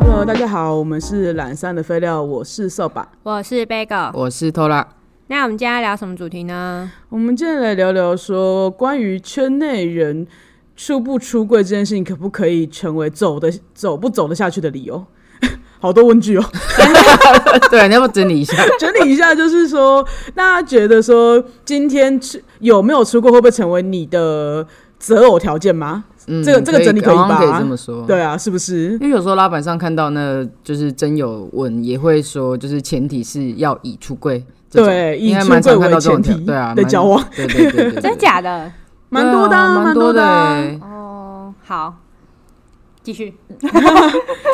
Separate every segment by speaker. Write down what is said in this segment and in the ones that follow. Speaker 1: Hello，大家好，我们是懒散的废料，我是扫把。
Speaker 2: 我是 Bagel。
Speaker 3: 我是偷拉，
Speaker 2: 那我们今天要聊什么主题呢？
Speaker 1: 我们今天来聊聊说关于圈内人出不出柜这件事情，可不可以成为走的走不走得下去的理由？ 好多问句哦，
Speaker 3: 对，你要不要整理一下？
Speaker 1: 整理一下就是说，大家觉得说今天吃有没有出柜，会不会成为你的择偶条件吗？
Speaker 3: 嗯，
Speaker 1: 这个这个整理可以吧
Speaker 3: 好像可以这么说。，
Speaker 1: 对啊，是不是？
Speaker 3: 因为有时候老板上看到那就是真有问，也会说，就是前提是要以出柜这种。
Speaker 1: 对以
Speaker 3: 应该蛮常看到这种
Speaker 1: 出柜为前提
Speaker 3: 条对啊，
Speaker 1: 的
Speaker 3: 蛮
Speaker 1: 交往。
Speaker 3: 对对对对对，
Speaker 2: 真假的？
Speaker 3: 对啊？
Speaker 1: 蛮多的啊，
Speaker 3: 蛮
Speaker 1: 多
Speaker 3: 的
Speaker 1: 啊。
Speaker 3: 欸。
Speaker 2: 哦，好，继续。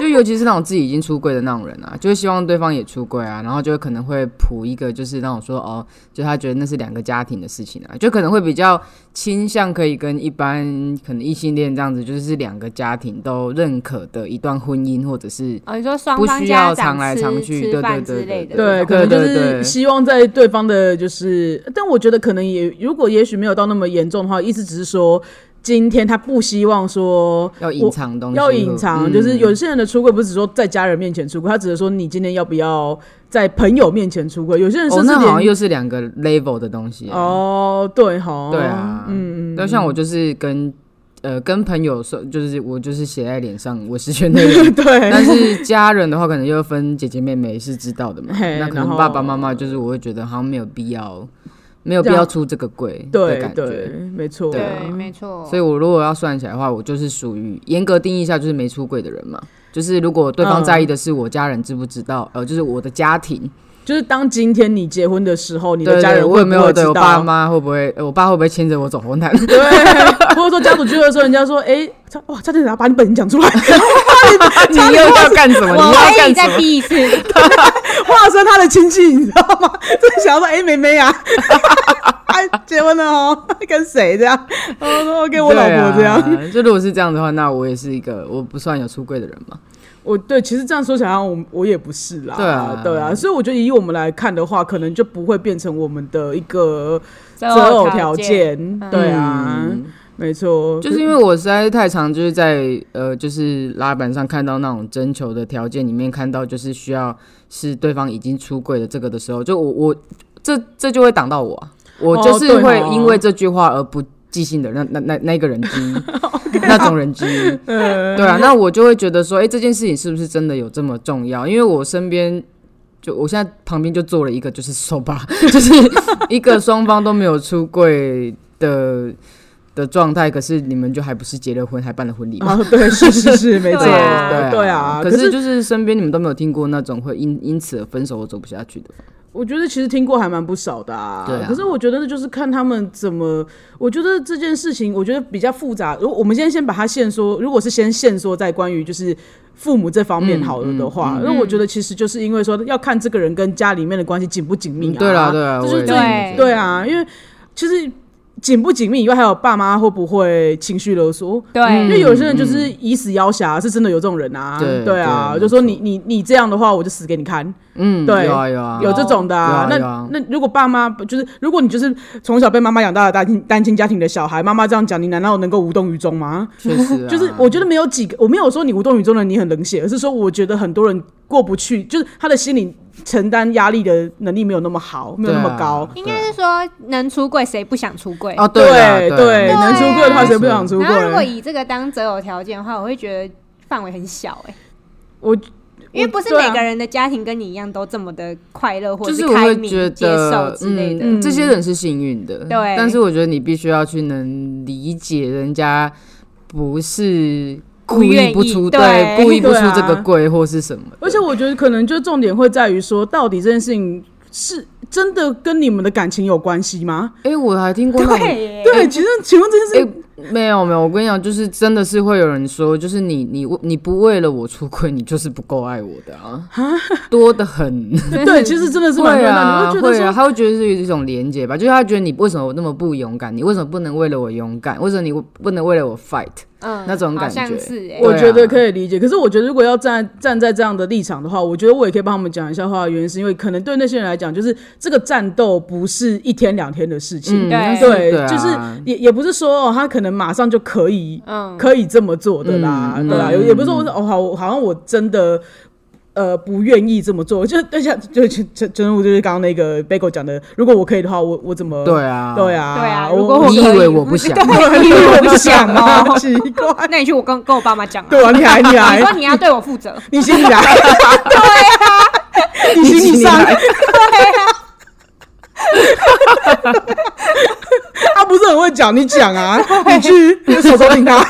Speaker 3: 就尤其是那种自己已经出柜的那种人啊，就会希望对方也出柜啊，然后就可能会谱一个就是那种说哦，就他觉得那是两个家庭的事情啊，就可能会比较倾向可以跟一般可能异性恋这样子，就是两个家庭都认可的一段婚姻，或者是
Speaker 2: 哦，你说双
Speaker 3: 不
Speaker 2: 方
Speaker 3: 需
Speaker 2: 家
Speaker 3: 要
Speaker 2: 长
Speaker 3: 常来
Speaker 2: 吃
Speaker 3: 常去
Speaker 2: 吃
Speaker 3: 对
Speaker 2: 饭
Speaker 3: 对对
Speaker 2: 之类的
Speaker 3: 对
Speaker 1: 对，
Speaker 2: 那种，
Speaker 1: 可能就
Speaker 3: 对对
Speaker 1: 是
Speaker 3: 对
Speaker 1: 希望在对方的，就是，呃但我觉得可能也，如果也许没有到那么严重的话，意思只是说，今天他不希望说
Speaker 3: 要隐藏东西，
Speaker 1: 要隐藏，
Speaker 3: 嗯
Speaker 1: 就是有些人的出柜不是只说在家人面前出柜，他只是说你今天要不要在朋友面前出柜，有些人
Speaker 3: 哦，
Speaker 1: 甚至
Speaker 3: 那好像
Speaker 1: 连
Speaker 3: 又是两个 level 的东西啊、
Speaker 1: 哦，对哈，
Speaker 3: 对啊，
Speaker 1: 嗯
Speaker 3: 嗯嗯，对，像我就是跟呃跟朋友说，就是我就是写在脸上，我是圈内人。
Speaker 1: 嗯， 对，
Speaker 3: 但是家人的话，可能又分姐姐妹妹是知道的嘛。
Speaker 1: 嘿
Speaker 3: 那可
Speaker 1: 然后
Speaker 3: 能爸爸妈妈就是我会觉得好像没有必要，没有必
Speaker 1: 这
Speaker 3: 要
Speaker 1: 样
Speaker 3: 出这个柜的
Speaker 1: 对
Speaker 3: 感
Speaker 1: 对
Speaker 3: 觉。，
Speaker 1: 没错，
Speaker 3: 对啊
Speaker 2: 对，没错。
Speaker 3: 所以我如果要算起来的话，我就是属于严格定义一下就是没出柜的人嘛。就是如果对方
Speaker 1: 嗯
Speaker 3: 在意的是我家人知不知道，呃，就是我的家庭，
Speaker 1: 就是当今天你结婚的时候，你
Speaker 3: 对
Speaker 1: 的
Speaker 3: 对
Speaker 1: 家人
Speaker 3: 对
Speaker 1: 会
Speaker 3: 我有
Speaker 1: 不
Speaker 3: 没
Speaker 1: 会
Speaker 3: 有
Speaker 1: 知
Speaker 3: 对
Speaker 1: 道？
Speaker 3: 我爸妈会不会，呃我爸会不会牵着我走 红毯？
Speaker 1: 对，或者说家族聚会的时候，人家说，哎、差哇，差点拿把你本名讲出来， 差
Speaker 3: 你
Speaker 1: 点
Speaker 3: 又要干什么？你
Speaker 2: 我
Speaker 3: 又要
Speaker 2: 怀疑
Speaker 3: 干
Speaker 2: 你
Speaker 3: 什
Speaker 2: 再
Speaker 3: 么？
Speaker 2: 逼一次，
Speaker 1: 化身他的亲戚，你知道吗？ 就是想要说，哎、妹妹啊， 哎，结婚了哦，跟谁这样？然后说跟我老婆这样。
Speaker 3: 对啊就如果是这样的话，那我也是一个我不算有出柜的人嘛。
Speaker 1: 我对，其实这样说起来，我我也不是啦，
Speaker 3: 对啊
Speaker 1: 对啊，所以我觉得以我们来看的话，可能就不会变成我们的一个
Speaker 2: 择
Speaker 1: 择偶条
Speaker 2: 条。
Speaker 1: 件，对啊，
Speaker 3: 嗯
Speaker 1: 没错，
Speaker 3: 就是因为我实在是太常就是在呃，就是拉板上看到那种征求的条件里面看到，就是需要是对方已经出柜的这个的时候，就我我这这就会挡到我、啊，我就是
Speaker 1: 哦对
Speaker 3: 会
Speaker 1: 哦
Speaker 3: 因为这句话而不记性的那那那那个人之 一，那种人之一。
Speaker 1: 嗯
Speaker 3: 对啊，那我就会觉得说，哎、这件事情是不是真的有这么重要？因为我身边。就我现在旁边就坐了一个，就是手把， 就是一个双方都没有出柜的的状态，可是你们就还不是结了婚，还办了婚礼嘛？
Speaker 1: 啊， 对，是是是，没错，
Speaker 2: 对 啊
Speaker 1: 对啊，
Speaker 3: 可是就是身边你们都没有听过那种会因因此而分手我走不下去的。
Speaker 1: 我觉得其实听过还蛮不少的啊，
Speaker 3: 对啊
Speaker 1: 可是我觉得那就是看他们怎么。我觉得这件事情，我觉得比较复杂。如我们今天先把它限缩，如果是先限缩在关于就是父母这方面好了的
Speaker 3: 嗯
Speaker 1: 话，那、我觉得其实就是因为说要看这个人跟家里面的关系紧不紧密啊。
Speaker 3: 对啦，对啦，
Speaker 1: 这
Speaker 3: 我
Speaker 1: 就是
Speaker 3: 也是
Speaker 1: 最
Speaker 3: 这么觉得
Speaker 1: 对，啊，因为其实紧不紧密以外，还有爸妈会不会情绪勒索？因
Speaker 2: 对，
Speaker 3: 嗯
Speaker 1: 为有些人就是以死要挟，是真的有这种人啊，
Speaker 3: 对
Speaker 1: 啊，
Speaker 3: 对
Speaker 1: 就说你你你这样的话，我就死给你看。
Speaker 3: 嗯，
Speaker 1: 对
Speaker 3: 有啊有啊，
Speaker 1: 有这种的啊。
Speaker 3: 有啊有啊
Speaker 1: 那那如果爸妈就是，如果你就是从小被妈妈养大的单亲单亲家庭的小孩，妈妈这样讲，你难道能够无动于衷吗？
Speaker 3: 确实 啊，
Speaker 1: 就是我觉得没有几个，我没有说你无动于衷的你很冷血，而是说我觉得很多人过不去，就是他的心理承担压力的能力没有那么好，没有那么高。
Speaker 3: 对啊
Speaker 2: 应该是说能出柜谁不想出柜？
Speaker 3: 哦，啊
Speaker 1: 对
Speaker 3: 对
Speaker 1: 对，
Speaker 3: 啊
Speaker 1: 能出柜的话，谁不想出柜
Speaker 2: 然？后如果以这个当择偶条件的话，我会觉得范围很小哎，
Speaker 1: 我
Speaker 2: 因为不是
Speaker 1: 对啊
Speaker 2: 每个人的家庭跟你一样都这么的快乐或
Speaker 3: 就
Speaker 2: 者
Speaker 3: 是我
Speaker 2: 开
Speaker 3: 会
Speaker 2: 明
Speaker 3: 觉
Speaker 2: 接受
Speaker 3: 得，
Speaker 2: 之类的。
Speaker 3: 嗯，这些人是幸运的，
Speaker 2: 对
Speaker 3: 但是我觉得你必须要去能理解人家不是故意不出，
Speaker 2: 不愿意对
Speaker 3: 故意不出
Speaker 1: 对啊
Speaker 3: 这个柜或是什么的，
Speaker 1: 而且我觉得可能就重点会在于说，到底这件事情是真的跟你们的感情有关系吗？
Speaker 3: 哎、我还听过那种。
Speaker 2: 对耶，
Speaker 1: 对，其实请问这件事
Speaker 3: 哎、
Speaker 1: 情
Speaker 3: 没有没有，我跟你讲，就是真的是会有人说，就是你你你不为了我出轨，你就是不够爱我的啊，多的很。
Speaker 1: 对，其实真的是蛮
Speaker 3: 会
Speaker 1: 困
Speaker 3: 啊，
Speaker 1: 难，你会觉
Speaker 3: 会
Speaker 1: 得
Speaker 3: 啊，
Speaker 1: 说，
Speaker 3: 他会觉得是有一种连接吧，就是他觉得你为什么那么不勇敢，你为什么不能为了我勇敢，为什么你不能为了我 fight？
Speaker 2: 嗯
Speaker 3: 那种感觉
Speaker 2: 好像是哎、
Speaker 3: 对
Speaker 1: 我
Speaker 3: 啊
Speaker 1: 觉得可以理解。可是我觉得如果要站站在这样的立场的话，我觉得我也可以帮他们讲一下话，原因是因为可能对那些人来讲，就是这个战斗不是一天两天的事情。
Speaker 3: 嗯
Speaker 2: 对
Speaker 1: 对，
Speaker 3: 对啊
Speaker 1: 就是也也不是说哦，他可能马上就可以
Speaker 2: 嗯，
Speaker 1: 可以这么做的啦，
Speaker 3: 嗯
Speaker 1: 对啦，
Speaker 3: 嗯
Speaker 1: 有也不是说我说哦好，好像我真的。呃，不愿意这么做，就就像就就就真我就是刚刚那个 Bagel 讲的，如果我可以的话，我我怎么
Speaker 3: 对啊，
Speaker 1: 对，啊
Speaker 2: 对啊，
Speaker 1: 我
Speaker 2: 如果我
Speaker 1: 我
Speaker 3: 你以
Speaker 2: 可
Speaker 3: 为我不 想
Speaker 2: 对，你以为我不想 哦？
Speaker 1: 奇怪，
Speaker 2: 那你去我跟跟我爸妈讲啊，
Speaker 1: 对啊，你来你
Speaker 2: 你说
Speaker 1: 来，
Speaker 2: 你要对我负责，
Speaker 1: 你行你来，对啊，
Speaker 3: 啊
Speaker 1: 你行你上，啊他不是很会讲，你讲 啊，你去，你手手领他，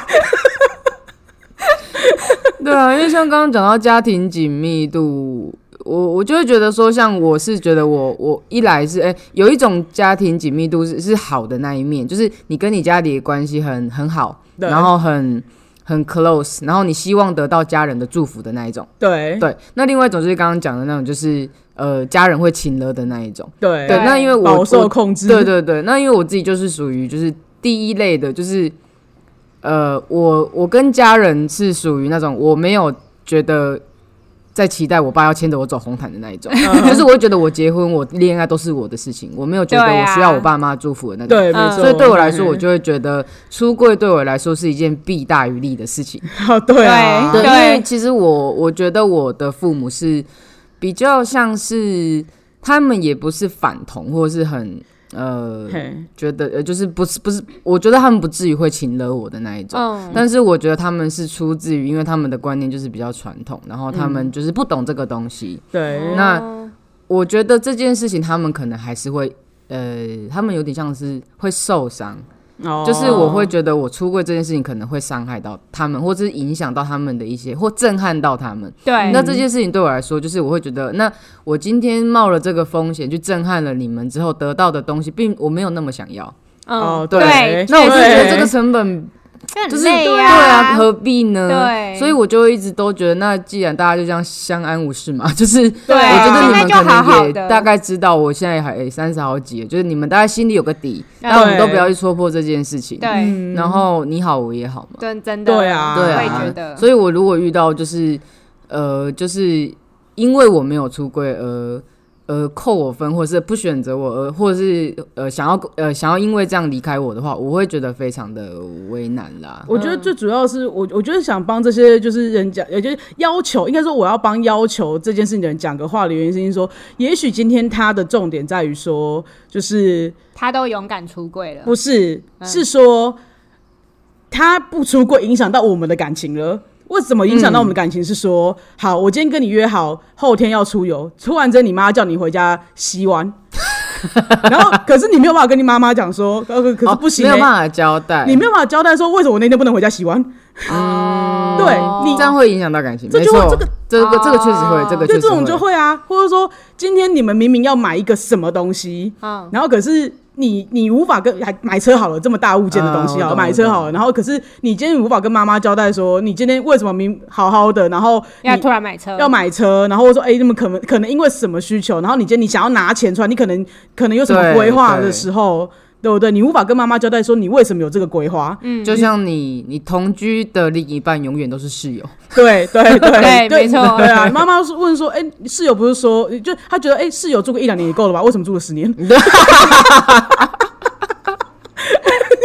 Speaker 3: 对啊，因为像刚刚讲到家庭紧密度，我我就会觉得说，像我是觉得我我一来是哎、有一种家庭紧密度是是好的那一面，就是你跟你家里的关系很很好，
Speaker 1: 对
Speaker 3: 然后很很 close，然后你希望得到家人的祝福的那一种。
Speaker 1: 对
Speaker 3: 对，那另外一种就是刚刚讲的那种，就是呃家人会亲了的那一种。
Speaker 1: 对
Speaker 3: 对，那因为我
Speaker 1: 饱受
Speaker 3: 我
Speaker 1: 控 制，
Speaker 3: 对对对，那因为我自己就是属于就是第一类的，就是呃，我我跟家人是属于那种我没有觉得在期待我爸要牵着我走红毯的那一种，
Speaker 2: 嗯
Speaker 3: 就是我会觉得我结婚我恋爱都是我的事情，我没有觉得
Speaker 2: 对
Speaker 3: 我
Speaker 2: 啊
Speaker 3: 需要我爸妈祝福的那种。
Speaker 1: 对，没
Speaker 2: 嗯
Speaker 1: 错。
Speaker 3: 所以对我来说，我就会觉得出柜对我来说是一件弊大于利的事情。
Speaker 1: 啊， 对啊，
Speaker 3: 对，
Speaker 2: 对
Speaker 3: 因为其实我我觉得我的父母是比较像是他们也不是反同，或是很呃
Speaker 1: 嘿
Speaker 3: 觉得呃就是不是不是，我觉得他们不至于会请了我的那一种。
Speaker 2: 嗯，
Speaker 3: 但是我觉得他们是出自于，因为他们的观念就是比较传统，然后他
Speaker 2: 嗯
Speaker 3: 们就是不懂这个东西。
Speaker 1: 对，
Speaker 2: 哦
Speaker 3: 那我觉得这件事情，他们可能还是会，呃，他们有点像是会受伤，
Speaker 1: 哦
Speaker 3: 就是我会觉得我出柜这件事情可能会伤害到他们，或者是影响到他们的一些，或震撼到他们。
Speaker 2: 对，
Speaker 3: 那这件事情对我来说，就是我会觉得，那我今天冒了这个风险去震撼了你们之后，得到的东西，并我没有那么想要。
Speaker 1: 哦
Speaker 2: 嗯，
Speaker 1: 对
Speaker 2: 对，
Speaker 3: 那我是
Speaker 2: 确实
Speaker 3: 觉得这个成本就
Speaker 2: 就是是
Speaker 3: 对啊，
Speaker 2: 啊，
Speaker 3: 何必呢？
Speaker 2: 对
Speaker 3: 所以我就一直都觉得，那既然大家就这样相安无事嘛， 就是
Speaker 2: 对啊
Speaker 3: 我觉得你们
Speaker 2: 现在
Speaker 3: 可
Speaker 2: 就好
Speaker 3: 能
Speaker 2: 好
Speaker 3: 也
Speaker 2: 的
Speaker 3: 大概知道，我现在还哎三十好几了，就是你们大概心里有个底，
Speaker 2: 对
Speaker 3: 但我们都不要去戳破这件事情。
Speaker 2: 对，
Speaker 1: 嗯
Speaker 3: 然后你好，我也好嘛。
Speaker 2: 真真的，
Speaker 1: 对啊
Speaker 3: 对
Speaker 2: 我也
Speaker 3: 啊，
Speaker 2: 觉得，
Speaker 3: 所以我如果遇到就是呃，就是因为我没有出柜而呃扣我分，或是不选择我，而或是呃想要呃想要因为这样离开我的话，我会觉得非常的为难啦。
Speaker 1: 我觉得最主要是我，我觉得想帮这些就是人讲，也就是要求，应该说我要帮要求这件事情的人讲个话的原因，是因为说，也许今天他的重点在于说，就是
Speaker 2: 他都勇敢出柜了，
Speaker 1: 不是、
Speaker 3: 嗯
Speaker 1: 是说他不出轨影响到我们的感情了。为什么影响到我们的感情？是说，好，我今天跟你约好后天要出游，突然间你妈叫你回家洗 碗，然后可是你没有办法跟你妈妈讲说，呃，可是不行、
Speaker 3: 哦
Speaker 1: 欸
Speaker 3: 没有办法交代。
Speaker 1: 你没有办法交代说为什么我那天不能回家洗碗，
Speaker 2: 哦
Speaker 1: 对你
Speaker 3: 这样会影响到感情，
Speaker 1: 这
Speaker 3: 没
Speaker 1: 就会
Speaker 3: 错
Speaker 1: 这个
Speaker 3: 这个这个确实会
Speaker 2: 哦，
Speaker 3: 这个确
Speaker 1: 就
Speaker 3: 实
Speaker 1: 这种就会啊，或者说今天你们明明要买一个什么东西，
Speaker 2: 嗯，
Speaker 1: 然后可是你你无法跟还买车好了这么大物件的东西
Speaker 3: 啊我
Speaker 1: 啊，
Speaker 3: 懂
Speaker 1: 买车好了，然后可是你今天无法跟妈妈交代说你今天为什么明好好的，然后你
Speaker 2: 要突然买车，
Speaker 1: 要买车，然后说哎、你们可能可能因为什么需求，然后你今天你想要拿钱出来，你可能可能有什么
Speaker 3: 对
Speaker 1: 规划
Speaker 3: 对
Speaker 1: 的时候，对不对？你无法跟妈妈交代说你为什么有这个规划，
Speaker 3: 嗯就像你你同居的另一半永远都是室友，
Speaker 1: 对对对
Speaker 2: 对没错
Speaker 1: 对啊！妈妈是问说：“哎、室友不是说，就她觉得哎、室友住个一两年也够了吧？为什么住了十 年？”就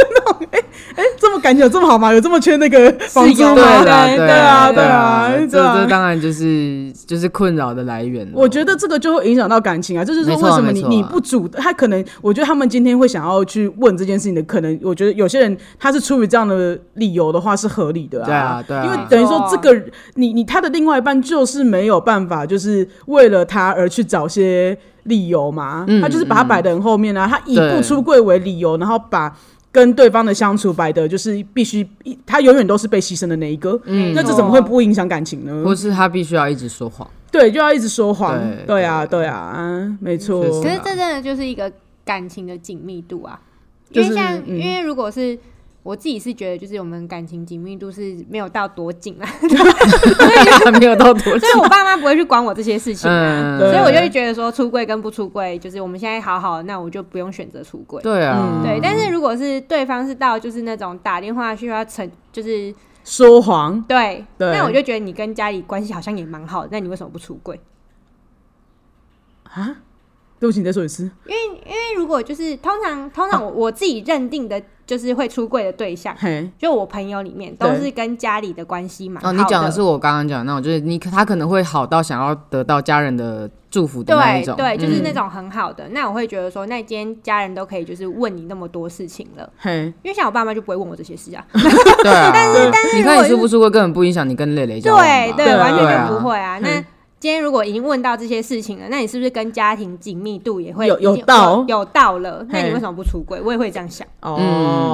Speaker 1: 那种哎哎、这么感情有这么好吗？有这么缺那个房租
Speaker 2: 室友
Speaker 1: 吗？
Speaker 2: 对
Speaker 3: 啦
Speaker 2: 对
Speaker 3: 对
Speaker 1: 对啊
Speaker 3: 对
Speaker 1: 对啊
Speaker 3: 这
Speaker 1: 对啊
Speaker 3: 这当然就是就是困扰的来源了。
Speaker 1: 我觉得这个就会影响到感情啊，这就是说
Speaker 3: 没错
Speaker 1: 为什么
Speaker 3: 没
Speaker 1: 你
Speaker 3: 错
Speaker 1: 你不主，他可能我觉得他们今天会想要去问这件事情的，可能我觉得有些人他是出于这样的理由的话是合理的
Speaker 3: 对啊对啊
Speaker 1: 因为等于说这个你你他的另外一半就是没有办法，就是为了他而去找些理由嘛，
Speaker 3: 嗯
Speaker 1: 他就是把他摆得很后面啊，他以
Speaker 3: 对
Speaker 1: 不出柜为理由，然后把。跟对方的相处摆的，就是必须，他永远都是被牺牲的那一个。
Speaker 2: 嗯
Speaker 1: 那这怎么会不影响感情呢？
Speaker 3: 或是他必须要一直说 谎。
Speaker 1: 对，就要一直说谎。
Speaker 3: 对
Speaker 1: 对啊，对啊，没错。
Speaker 3: 确
Speaker 2: 可
Speaker 3: 实
Speaker 2: 是这真的就是一个感情的紧密度啊，
Speaker 1: 就
Speaker 2: 因
Speaker 1: 是
Speaker 2: 为像、
Speaker 1: 嗯
Speaker 2: 因为如果是。我自己是觉得，就是我们感情紧密度是没有到多紧啊，
Speaker 3: 没有到多久
Speaker 2: 所以我爸妈不会去管我这些事情啊，
Speaker 3: 哦嗯
Speaker 2: 所以
Speaker 1: 对
Speaker 2: 我就会觉得说出柜跟不出柜，就是我们现在好好，那我就不用选择出柜。
Speaker 3: 对啊，
Speaker 2: 对，但是如果是对方是到就是那种打电话需要成，就是
Speaker 1: 说谎，
Speaker 2: 对，
Speaker 1: 对
Speaker 2: 那我就觉得你跟家里关系好像也蛮好的，那你为什么不出柜？
Speaker 1: 对不起，你再说一次。
Speaker 2: 因为如果就是通常通常我、我自己认定的，就是会出柜的对象，
Speaker 1: 嘿，
Speaker 2: 就我朋友里面
Speaker 1: 对
Speaker 2: 都是跟家里的关系蛮好
Speaker 3: 哦，你讲的是我刚刚讲的那哦种，就是你他可能会好到想要得到家人的祝福的那一
Speaker 2: 对
Speaker 3: 种，
Speaker 2: 对，就是
Speaker 3: 嗯
Speaker 2: 那种很好的。那我会觉得说，那今天家人都可以就是问你那么多事情了，
Speaker 1: 嘿，
Speaker 2: 因为像我爸妈就不会问我这些事啊。
Speaker 3: 对啊。
Speaker 2: 是
Speaker 3: 你
Speaker 2: 如
Speaker 3: 看
Speaker 2: 果
Speaker 3: 你
Speaker 2: 是
Speaker 3: 出不出柜，根本不影响你跟蕾蕾交往
Speaker 2: 对
Speaker 3: 吧
Speaker 1: 对
Speaker 2: 对，
Speaker 1: 啊
Speaker 2: 完
Speaker 3: 对
Speaker 2: 全
Speaker 3: 啊
Speaker 2: 就不会啊。那
Speaker 1: 嗯
Speaker 2: 今天如果已经问到这些事情了，那你是不是跟家庭紧密度也会
Speaker 1: 有
Speaker 2: 已经
Speaker 1: 有到
Speaker 2: 有有到了？那
Speaker 1: 嘿
Speaker 2: 你为什么不出轨？我也会这样想。
Speaker 1: 哦，
Speaker 3: 嗯嗯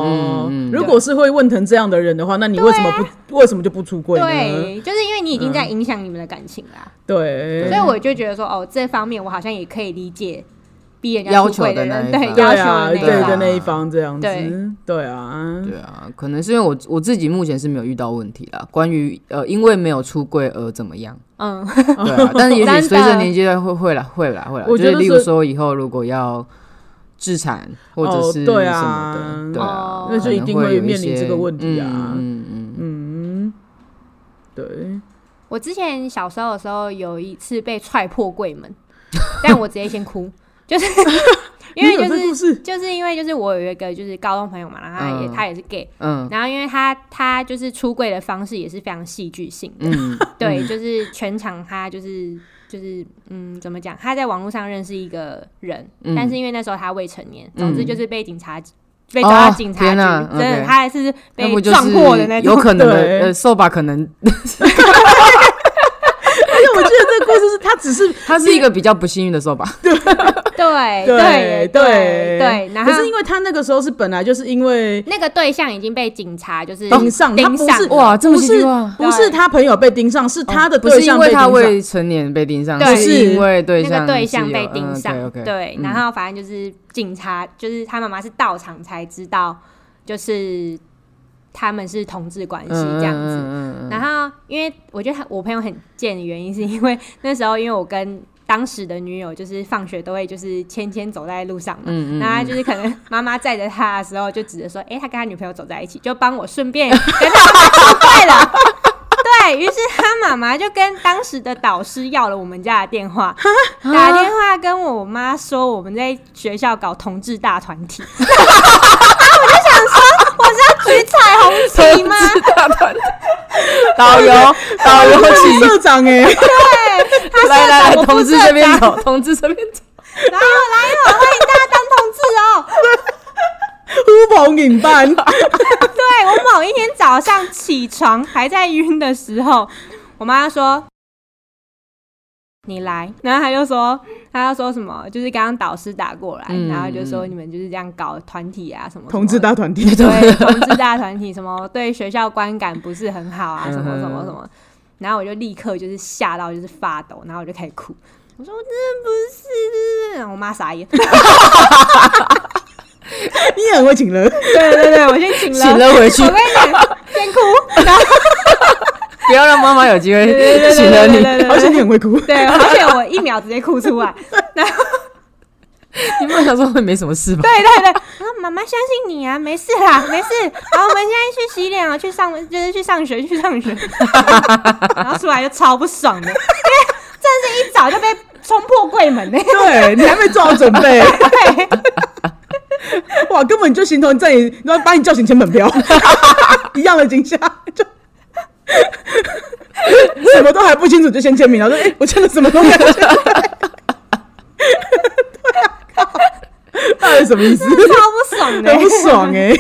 Speaker 3: 嗯嗯
Speaker 1: 如果是会问成这样的人的话，那
Speaker 2: 啊
Speaker 1: 你为什么不、为什么就不出柜呢？
Speaker 2: 对，就是因为你已经在
Speaker 3: 嗯
Speaker 2: 影响你们的感情啦，
Speaker 1: 对，
Speaker 2: 所以我就觉得说，哦，这方面我好像也可以理解逼人家
Speaker 3: 要
Speaker 2: 出
Speaker 3: 求
Speaker 2: 轨
Speaker 3: 的那
Speaker 2: 人
Speaker 3: 一
Speaker 2: 对
Speaker 3: 方
Speaker 1: 对
Speaker 2: 要求
Speaker 1: 啊，
Speaker 2: 的
Speaker 1: 对
Speaker 2: 那一
Speaker 3: 方
Speaker 2: 方
Speaker 1: 的那一方这样子
Speaker 2: 对，
Speaker 1: 对啊，
Speaker 3: 对啊，可能是因为我我自己目前是没有遇到问题啦。关于呃，因为没有出柜而怎么样，
Speaker 2: 嗯，
Speaker 3: 对啊，但是也许
Speaker 2: 真的
Speaker 3: 随着年纪会会啦会啦会啦，
Speaker 1: 我觉
Speaker 3: 就是
Speaker 1: 得
Speaker 3: 例如
Speaker 1: 是
Speaker 3: 说以后如果要自产或者
Speaker 1: 哦
Speaker 3: 是什
Speaker 1: 对
Speaker 3: 么
Speaker 1: 啊
Speaker 3: 的，对啊
Speaker 2: 哦，
Speaker 1: 那就一
Speaker 3: 可能
Speaker 1: 定
Speaker 3: 会
Speaker 1: 会
Speaker 3: 有一
Speaker 1: 面临
Speaker 3: 些
Speaker 1: 这个问题啊
Speaker 3: 嗯嗯嗯，
Speaker 1: 嗯，对，
Speaker 2: 我之前小时候的时候有一次被踹破柜门，但我直接先哭， 就是因
Speaker 1: 你
Speaker 2: 为
Speaker 1: 有
Speaker 2: 就
Speaker 1: 这故
Speaker 2: 是
Speaker 1: 事，
Speaker 2: 就是因为就是我有一个就是高中朋友嘛，然后他也、
Speaker 3: 嗯
Speaker 2: 他也是 gay，
Speaker 3: 嗯
Speaker 2: 然后因为他他就是出柜的方式也是非常戏剧性的，
Speaker 3: 嗯，
Speaker 2: 对，就是全场他就是就是嗯，怎么讲？他在网络上认识一个人，
Speaker 3: 嗯
Speaker 2: 但是因为那时候他未成年，总之
Speaker 3: 嗯
Speaker 2: 就是被警察。被抓到
Speaker 3: 哦
Speaker 2: 警察
Speaker 3: 天
Speaker 2: 局，
Speaker 3: 哪
Speaker 2: 真的，
Speaker 3: OK
Speaker 2: 他还是
Speaker 3: 那
Speaker 2: 被
Speaker 3: 不就
Speaker 2: 撞
Speaker 3: 是
Speaker 2: 过的那种。
Speaker 3: 有可能的，
Speaker 1: 对
Speaker 3: 呃，扫把可能
Speaker 1: 而哎且我记得这个故事是他只是
Speaker 3: 它是一个比较不幸运的扫把，
Speaker 2: 对
Speaker 1: 对
Speaker 2: 对对，然后
Speaker 1: 可是因为他那个时候是本来就是因为
Speaker 2: 那个对象已经被警察就是
Speaker 1: 盯上，他
Speaker 2: 盯
Speaker 1: 不
Speaker 2: 上
Speaker 1: 是
Speaker 2: 了
Speaker 3: 哇这么
Speaker 1: 不
Speaker 3: 戏
Speaker 1: 是
Speaker 3: 剧化
Speaker 1: 不是
Speaker 2: 对
Speaker 1: 他朋友被盯上，是他的
Speaker 3: 哦不
Speaker 1: 对
Speaker 3: 是因
Speaker 1: 象
Speaker 3: 为
Speaker 1: 被盯
Speaker 3: 他
Speaker 1: 上，
Speaker 3: 未成年被盯上，
Speaker 2: 对
Speaker 3: 是因为对
Speaker 2: 那
Speaker 3: 象
Speaker 2: 个对象被盯上，
Speaker 3: ，OK，
Speaker 2: 对，然后反正就是警察，就是他妈妈是到场才知道，就是他们是同志关系这样子。
Speaker 3: 子
Speaker 2: 然后，因为我觉得我朋友很贱的原因，是因为那时候因为我跟当时的女友，就是放学都会就是牵牵走在路上嘛，
Speaker 3: 嗯嗯
Speaker 2: 然后他就是可能妈妈载着他的时候，就指着说：“哎、他跟他女朋友走在一起，就帮我顺便跟他出柜了。” 对于是，他妈妈就跟当时的导师要了我们家的电 话，打电话跟我妈说我们在学校搞同志大团体。 然后我就想说，我是要举彩虹 旗吗？
Speaker 3: 导游导游请
Speaker 1: 社长哎，
Speaker 3: 来来
Speaker 2: 我
Speaker 3: 来，
Speaker 2: 不
Speaker 3: 同志
Speaker 2: 社
Speaker 3: 这边
Speaker 2: 长
Speaker 3: 走，同志这 边走，
Speaker 2: 哪有哪有，欢迎大家当同志哦！
Speaker 1: 呼朋引伴，
Speaker 2: 对我某一天早上起床还在晕的时候，我妈说：“你来。”然后她就说，她就说什么，就是刚刚导师打过来，
Speaker 3: 嗯
Speaker 2: 然后就说你们就是这样搞团体啊什么什么
Speaker 1: 同志大团 体，
Speaker 2: 对同志大团体什么对学校观感不是很好啊，什么什么什么。然后我就立刻就是吓到就是发抖，然后我就开始哭，我说我真的不是，然后我妈傻眼，
Speaker 1: 你也很会请人，
Speaker 2: 对对对，我先请 了，
Speaker 3: 请了回去
Speaker 2: 我，跟你讲，先哭，然后
Speaker 3: 不要让妈妈有机会
Speaker 2: 对对对
Speaker 3: 请了
Speaker 2: 对
Speaker 3: 你，
Speaker 2: 对对
Speaker 1: 而且你很会哭，
Speaker 2: 对，而且我一秒直接哭 出来。
Speaker 3: 你们想说会没什么事吧？
Speaker 2: 对对对，然后妈妈相信你啊，没事啦，没事。好，我们现在去洗脸啊，去上就是去上学，去 上学。然后出来就超不爽的，因为真的是一早就被冲破柜门呢、
Speaker 1: 对你还没做好准备，
Speaker 2: 对
Speaker 1: 哇，根本就形同在你，然后把你叫醒签本票， 一样的惊吓，就什么都还不清楚就先签名，然后说，哎、我签了什么东西？对啊，靠啊 到底什么 意思？
Speaker 2: 真的超不爽 欸的、
Speaker 1: 很不爽哎、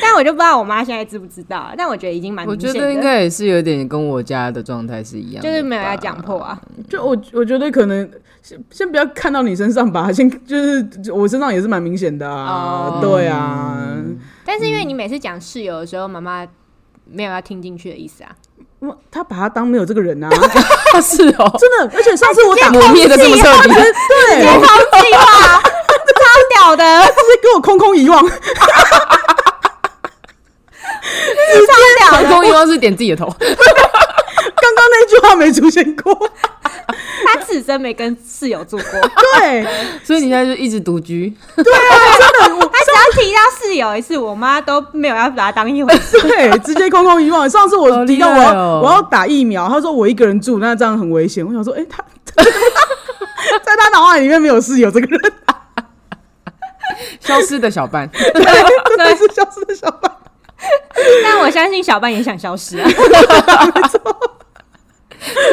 Speaker 2: 但我就不知道我妈现在知不知道啊，但我觉得已经蛮
Speaker 3: 我
Speaker 2: 明
Speaker 3: 觉
Speaker 2: 显
Speaker 3: 得应
Speaker 2: 的，
Speaker 3: 该也是有点跟我家的状态是一样的吧，
Speaker 2: 就是没有要讲破啊。
Speaker 1: 就我我觉得可能先先不要看到你身上吧，先就是我身上也是蛮明显的啊，
Speaker 2: 哦
Speaker 1: 对啊，
Speaker 3: 嗯
Speaker 2: 但是因为你每次讲室友的时候，妈妈没有要听进去的意思啊。
Speaker 1: 哇他把他当没有这个人啊，
Speaker 3: 是哦，
Speaker 1: 真的，而且上次我打
Speaker 3: 抹灭的这么彻底，
Speaker 1: 对，
Speaker 2: 超计划，超屌的，
Speaker 1: 他直接给我空空遗忘，
Speaker 2: 超屌
Speaker 3: 航
Speaker 2: 的。
Speaker 3: 空一忘是点自己的头，
Speaker 1: 刚刚那句话没出现过。
Speaker 2: 他此生没跟室友住过，
Speaker 1: 对，
Speaker 3: 所以你现在就一直独居，
Speaker 2: 他只要提到室友一次，我妈都没有要把他当一回 事。
Speaker 1: 对，直接空空遗忘。上次我
Speaker 3: 好
Speaker 1: 提
Speaker 3: 厉
Speaker 1: 到我
Speaker 3: 害
Speaker 1: 要、
Speaker 3: 哦
Speaker 1: 我要打疫苗，他说我一个人住，那这样很危险。我想说，哎、他 在他脑海里面没有室友这个 人，
Speaker 3: 消失的 小半，
Speaker 1: 真的是消失的小半。
Speaker 2: 但我相信小半也想消失 啊。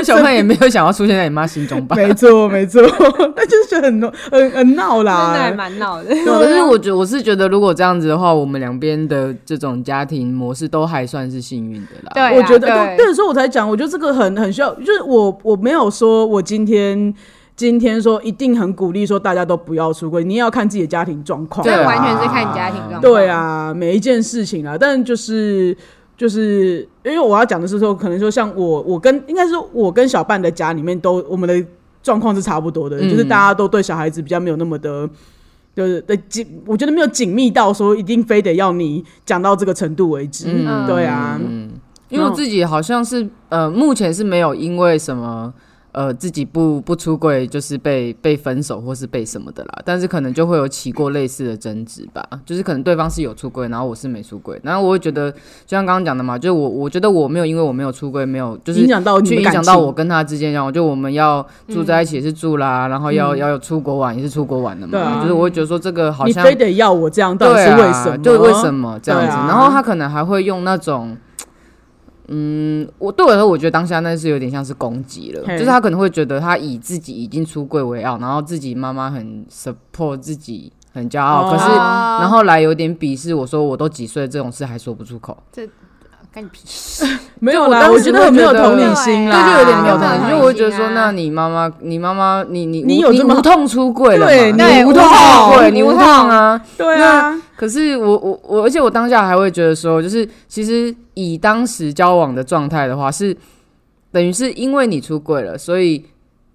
Speaker 3: 小半也没有想要出现在你妈心中吧？
Speaker 1: 没错，没错， 那就是觉得很闹很很闹
Speaker 2: 真的还
Speaker 1: 啦。
Speaker 2: 蛮闹的。
Speaker 3: 对，可是我觉我是觉得，如果这样子的话，我们两边的这种家庭模式都还算是幸运的啦。
Speaker 2: 对啊，
Speaker 1: 我觉得，
Speaker 2: 对
Speaker 1: 对，所以我才讲，我觉得这个很很需要，就是我我没有说我今天今天说一定很鼓励说大家都不要出轨，你也要看自己的家庭状况。
Speaker 3: 对
Speaker 2: 这
Speaker 3: 啊
Speaker 2: 完全是看你家庭状况。
Speaker 1: 对，啊，每一件事情啊，但就是就是因为我要讲的是说，可能说像我，我跟应该说我跟小半的家里面都我们的状况是差不多的，
Speaker 3: 嗯
Speaker 1: 就是大家都对小孩子比较没有那么的。就是的紧，我觉得没有紧密到说一定非得要你讲到这个程度为止。
Speaker 2: 嗯
Speaker 1: 对啊，
Speaker 3: 因为我自己好像是呃，目前是没有因为什么呃自己不不出柜，就是被被分手或是被什么的啦。但是可能就会有起过类似的争执吧，就是可能对方是有出柜，然后我是没出柜，然后我会觉得就像刚刚讲的嘛，就是我我觉得我没有因为我没有出柜，没有就是
Speaker 1: 影响到你
Speaker 3: 去
Speaker 1: 们
Speaker 3: 影
Speaker 1: 感
Speaker 3: 响到
Speaker 1: 情
Speaker 3: 我跟他之间，然后就我们要住在一起也是住啦，然后要、要有出国玩也是出国玩的嘛，
Speaker 1: 嗯对啊
Speaker 3: 就是我会觉得说这个好
Speaker 1: 你
Speaker 3: 像
Speaker 1: 非得要我这样，到底
Speaker 3: 对
Speaker 1: 是为
Speaker 3: 啊，
Speaker 1: 什么？
Speaker 3: 就为什？么这样子？
Speaker 1: 对啊
Speaker 3: 然后他可能还会用那种，嗯，我对我来说，我觉得当下那是有点像是攻击了，
Speaker 1: 嘿
Speaker 3: 就是他可能会觉得他以自己已经出柜为傲，然后自己妈妈很 support 自己，很骄傲，
Speaker 1: 哦
Speaker 3: 可是
Speaker 2: 哦
Speaker 3: 然后来有点鄙视我说我都几岁了这种事还说不出口，
Speaker 2: 干你屁事！
Speaker 1: 没有
Speaker 3: 就我
Speaker 1: 啦，
Speaker 3: 当
Speaker 1: 我
Speaker 3: 时
Speaker 1: 觉
Speaker 3: 会
Speaker 1: 得很没有
Speaker 3: 觉得
Speaker 1: 同理心
Speaker 2: 对
Speaker 1: 啦，
Speaker 3: 对，就有点没有
Speaker 2: 没有
Speaker 3: 同理
Speaker 2: 同
Speaker 3: 心，
Speaker 2: 理
Speaker 3: 就我会觉得
Speaker 2: 心
Speaker 3: 说，
Speaker 2: 啊
Speaker 3: 那你妈妈，你妈妈，你你
Speaker 1: 你
Speaker 3: 无
Speaker 1: 有
Speaker 3: 你
Speaker 1: 这么
Speaker 3: 无痛出柜了嘛，
Speaker 1: 对
Speaker 3: 你
Speaker 2: 你
Speaker 3: 无
Speaker 2: 无
Speaker 3: 痛出
Speaker 2: 痛
Speaker 3: 柜，你无
Speaker 2: 无
Speaker 3: 痛
Speaker 2: 痛
Speaker 3: 啊，
Speaker 1: 对啊，
Speaker 3: 可是我我我，而且我当下还会觉得说，就是其实以当时交往的状态的话，是等于是因为你出柜了，所以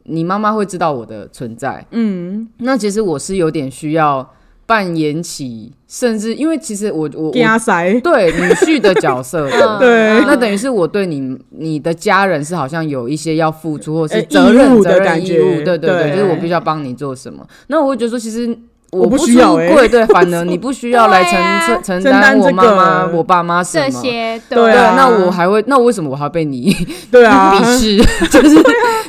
Speaker 3: 你妈妈会知道我的存在。
Speaker 1: 嗯，
Speaker 3: 那其实我是有点需要扮演起，甚至因为其实我我我
Speaker 1: 给他塞，
Speaker 3: 对女婿的 角色
Speaker 2: 嗯
Speaker 3: 的
Speaker 1: 对
Speaker 3: 那等于是我对你你的家人是好像有一些要付出或是
Speaker 1: 呃
Speaker 3: 责任、
Speaker 1: 义务的
Speaker 3: 责任
Speaker 1: 感
Speaker 3: 义
Speaker 1: 觉
Speaker 3: 务，对对对，
Speaker 1: 对
Speaker 3: 就是我必须要帮你做什么。那我会觉得说，其实
Speaker 1: 我不
Speaker 3: 不
Speaker 1: 需要
Speaker 3: 出
Speaker 1: 欸
Speaker 3: 柜，对，反而你不需要来承
Speaker 2: 对啊
Speaker 3: 承承
Speaker 1: 承
Speaker 3: 担
Speaker 1: 担
Speaker 3: 我
Speaker 1: 这
Speaker 3: 妈妈、
Speaker 1: 个
Speaker 3: 我爸妈什
Speaker 2: 这
Speaker 3: 么。
Speaker 2: 些
Speaker 1: 对
Speaker 3: 对
Speaker 1: 啊
Speaker 3: 那我还会，那为什么我还 要被你
Speaker 1: 对 啊，
Speaker 3: 鄙视？就是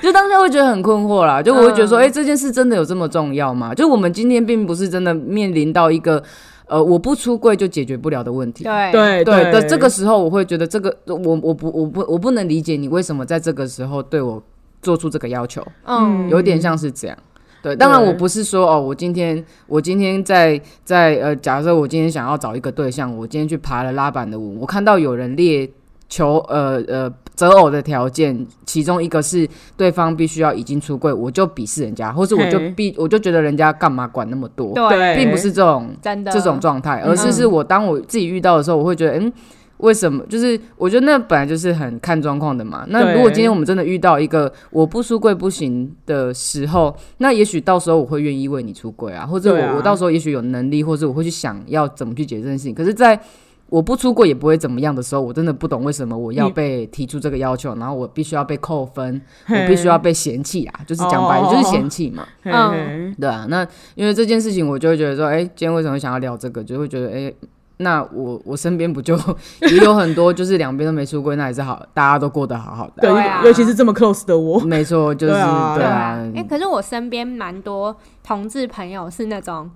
Speaker 3: 就当下会觉得很困惑啦，就我会觉得说，
Speaker 2: 嗯
Speaker 3: 哎、这件事真的有这么重要吗？就我们今天并不是真的面临到一个，呃，我不出柜就解决不了的问题。
Speaker 2: 对
Speaker 1: 哎对
Speaker 3: 对的，
Speaker 1: 对
Speaker 3: 这个时候我会觉得这个我我不我不我不能理解你为什么在这个时候对我做出这个要求，
Speaker 2: 嗯，
Speaker 3: 有点像是这样。对，当然
Speaker 1: 对
Speaker 3: 我不是说哦，我今天我今天在在呃，假设我今天想要找一个对象，我今天去爬了拉板的舞，我看到有人列求呃呃择偶的条件，其中一个是对方必须要已经出柜，我就鄙视人家，或是我就
Speaker 1: 嘿
Speaker 3: 必我就觉得人家干嘛管那么多，
Speaker 2: 对，
Speaker 3: 并不是这种
Speaker 2: 真的
Speaker 3: 这种状态，而是
Speaker 2: 嗯
Speaker 3: 是我当我自己遇到的时候，我会觉得，嗯，为什么？就是我觉得那本来就是很看状况的嘛。那
Speaker 1: 对
Speaker 3: 如果今天我们真的遇到一个我不出柜不行的时候，那也许到时候我会愿意为你出柜啊，或者我、
Speaker 1: 对啊
Speaker 3: 我到时候也许有能力，或者我会去想要怎么去解决这件事情。可是，在我不出柜也不会怎么样的时候，我真的不懂为什么我要
Speaker 1: 你
Speaker 3: 被提出这个要求，然后我必须要被扣分，
Speaker 1: 嘿
Speaker 3: 我必须要被嫌弃啊，就是讲白了
Speaker 1: 哦
Speaker 3: 就是嫌弃嘛。
Speaker 1: 嘿
Speaker 2: 嗯
Speaker 1: 嘿
Speaker 3: 对啊，那因为这件事情，我就会觉得说，哎、今天为什么想要聊这个？就会觉得，哎、那我我身边不就 也有很多，就是两边都没出柜，那也是好，大家都过得好好的
Speaker 1: 对
Speaker 3: 啊、
Speaker 2: 对啊
Speaker 1: 尤其是这么 close 的我，
Speaker 3: 没错，就是
Speaker 1: 对啊
Speaker 3: 对
Speaker 2: 对
Speaker 3: 啊
Speaker 2: 啊，哎、可是我身边蛮多同志朋友是那种，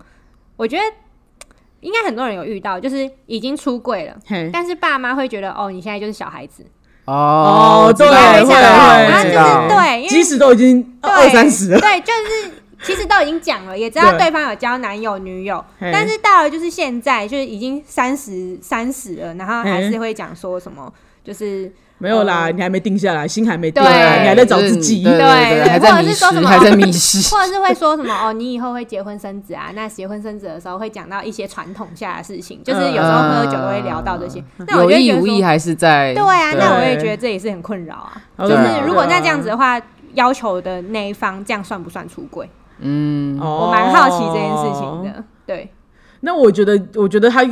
Speaker 2: 我觉得应该很多人有遇到，就是已经出柜了，
Speaker 1: 嘿，
Speaker 2: 但是爸妈会觉得哦，你现在就是小孩子，
Speaker 3: 哦，我知道
Speaker 1: 对
Speaker 2: 会
Speaker 3: 我知
Speaker 2: 这样
Speaker 3: 道
Speaker 2: 然
Speaker 3: 我
Speaker 2: 后
Speaker 1: 会
Speaker 2: 啊就
Speaker 3: 知
Speaker 2: 是
Speaker 3: 道，
Speaker 2: 对，因
Speaker 1: 即
Speaker 2: 为
Speaker 1: 使都已经
Speaker 2: 对
Speaker 1: 哦二三十了，
Speaker 2: 对，就是其实都已经讲了，也知道
Speaker 1: 对
Speaker 2: 对方有交男友女友，
Speaker 1: 嘿
Speaker 2: 但是到了就是现在，就是已经三十三十了，然后还
Speaker 1: 嘿
Speaker 2: 是会讲说什么，就是
Speaker 1: 没有啦，
Speaker 2: 哦
Speaker 1: 你还没定下来，心还没定
Speaker 2: 对
Speaker 1: 下来，你还在找自
Speaker 3: 嗯
Speaker 1: 己。
Speaker 3: 对对
Speaker 2: 对
Speaker 3: 对，还
Speaker 2: 或
Speaker 3: 在
Speaker 2: 者
Speaker 3: 迷
Speaker 2: 是说什
Speaker 3: 失，
Speaker 2: 么
Speaker 3: 还在迷失，
Speaker 2: 或者是会说什么哦，你以后会结婚生子啊？那结婚生子的时候会讲到一些传统下的事情，就是有时候喝酒都会聊到这些。
Speaker 1: 嗯
Speaker 2: 那我
Speaker 3: 有
Speaker 2: 就会
Speaker 3: 意
Speaker 2: 觉得
Speaker 3: 无意
Speaker 2: 说，
Speaker 3: 还是在
Speaker 2: 对啊，
Speaker 1: 对
Speaker 2: 那我也觉得这也是很困扰啊。
Speaker 1: 好
Speaker 2: 就
Speaker 1: 的
Speaker 2: 是如果
Speaker 1: 对啊
Speaker 2: 那这样子的话，要求的那一方这样算不算出轨？
Speaker 3: 嗯，
Speaker 1: 我
Speaker 2: 我蛮好奇这件事情。的。对，
Speaker 1: 哦 那我觉得，我觉得他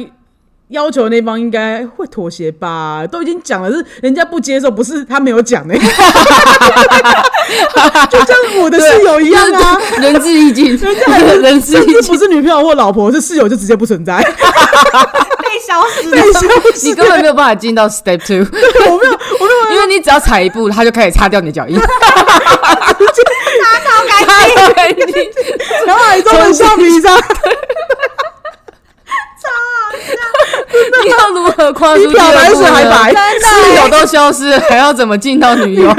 Speaker 1: 要求那方应该会妥协吧？都已经讲了，是人家不接受，不是他没有讲呢、 就像我的室友一样啊，
Speaker 3: 人至义尽， 人至
Speaker 1: 甚
Speaker 3: 义
Speaker 1: 至
Speaker 3: 尽，
Speaker 1: 不是女朋友或老婆，是室友就直接不存在。
Speaker 2: 被消失
Speaker 1: 被消
Speaker 3: 你
Speaker 1: 失，
Speaker 3: 根本没有办法进到 step two，
Speaker 1: 我没有，我没有
Speaker 3: 因为 你只要踩一步，他就开始擦掉你的脚印。
Speaker 2: 超干净，
Speaker 3: 对
Speaker 1: 然后还都很像米莎，
Speaker 3: 你要如何跨出
Speaker 1: 比
Speaker 3: 这
Speaker 1: 漂白
Speaker 3: 个步
Speaker 1: 水还
Speaker 3: 呢
Speaker 1: 白，
Speaker 3: 室友都消失了，还要怎么进到女友？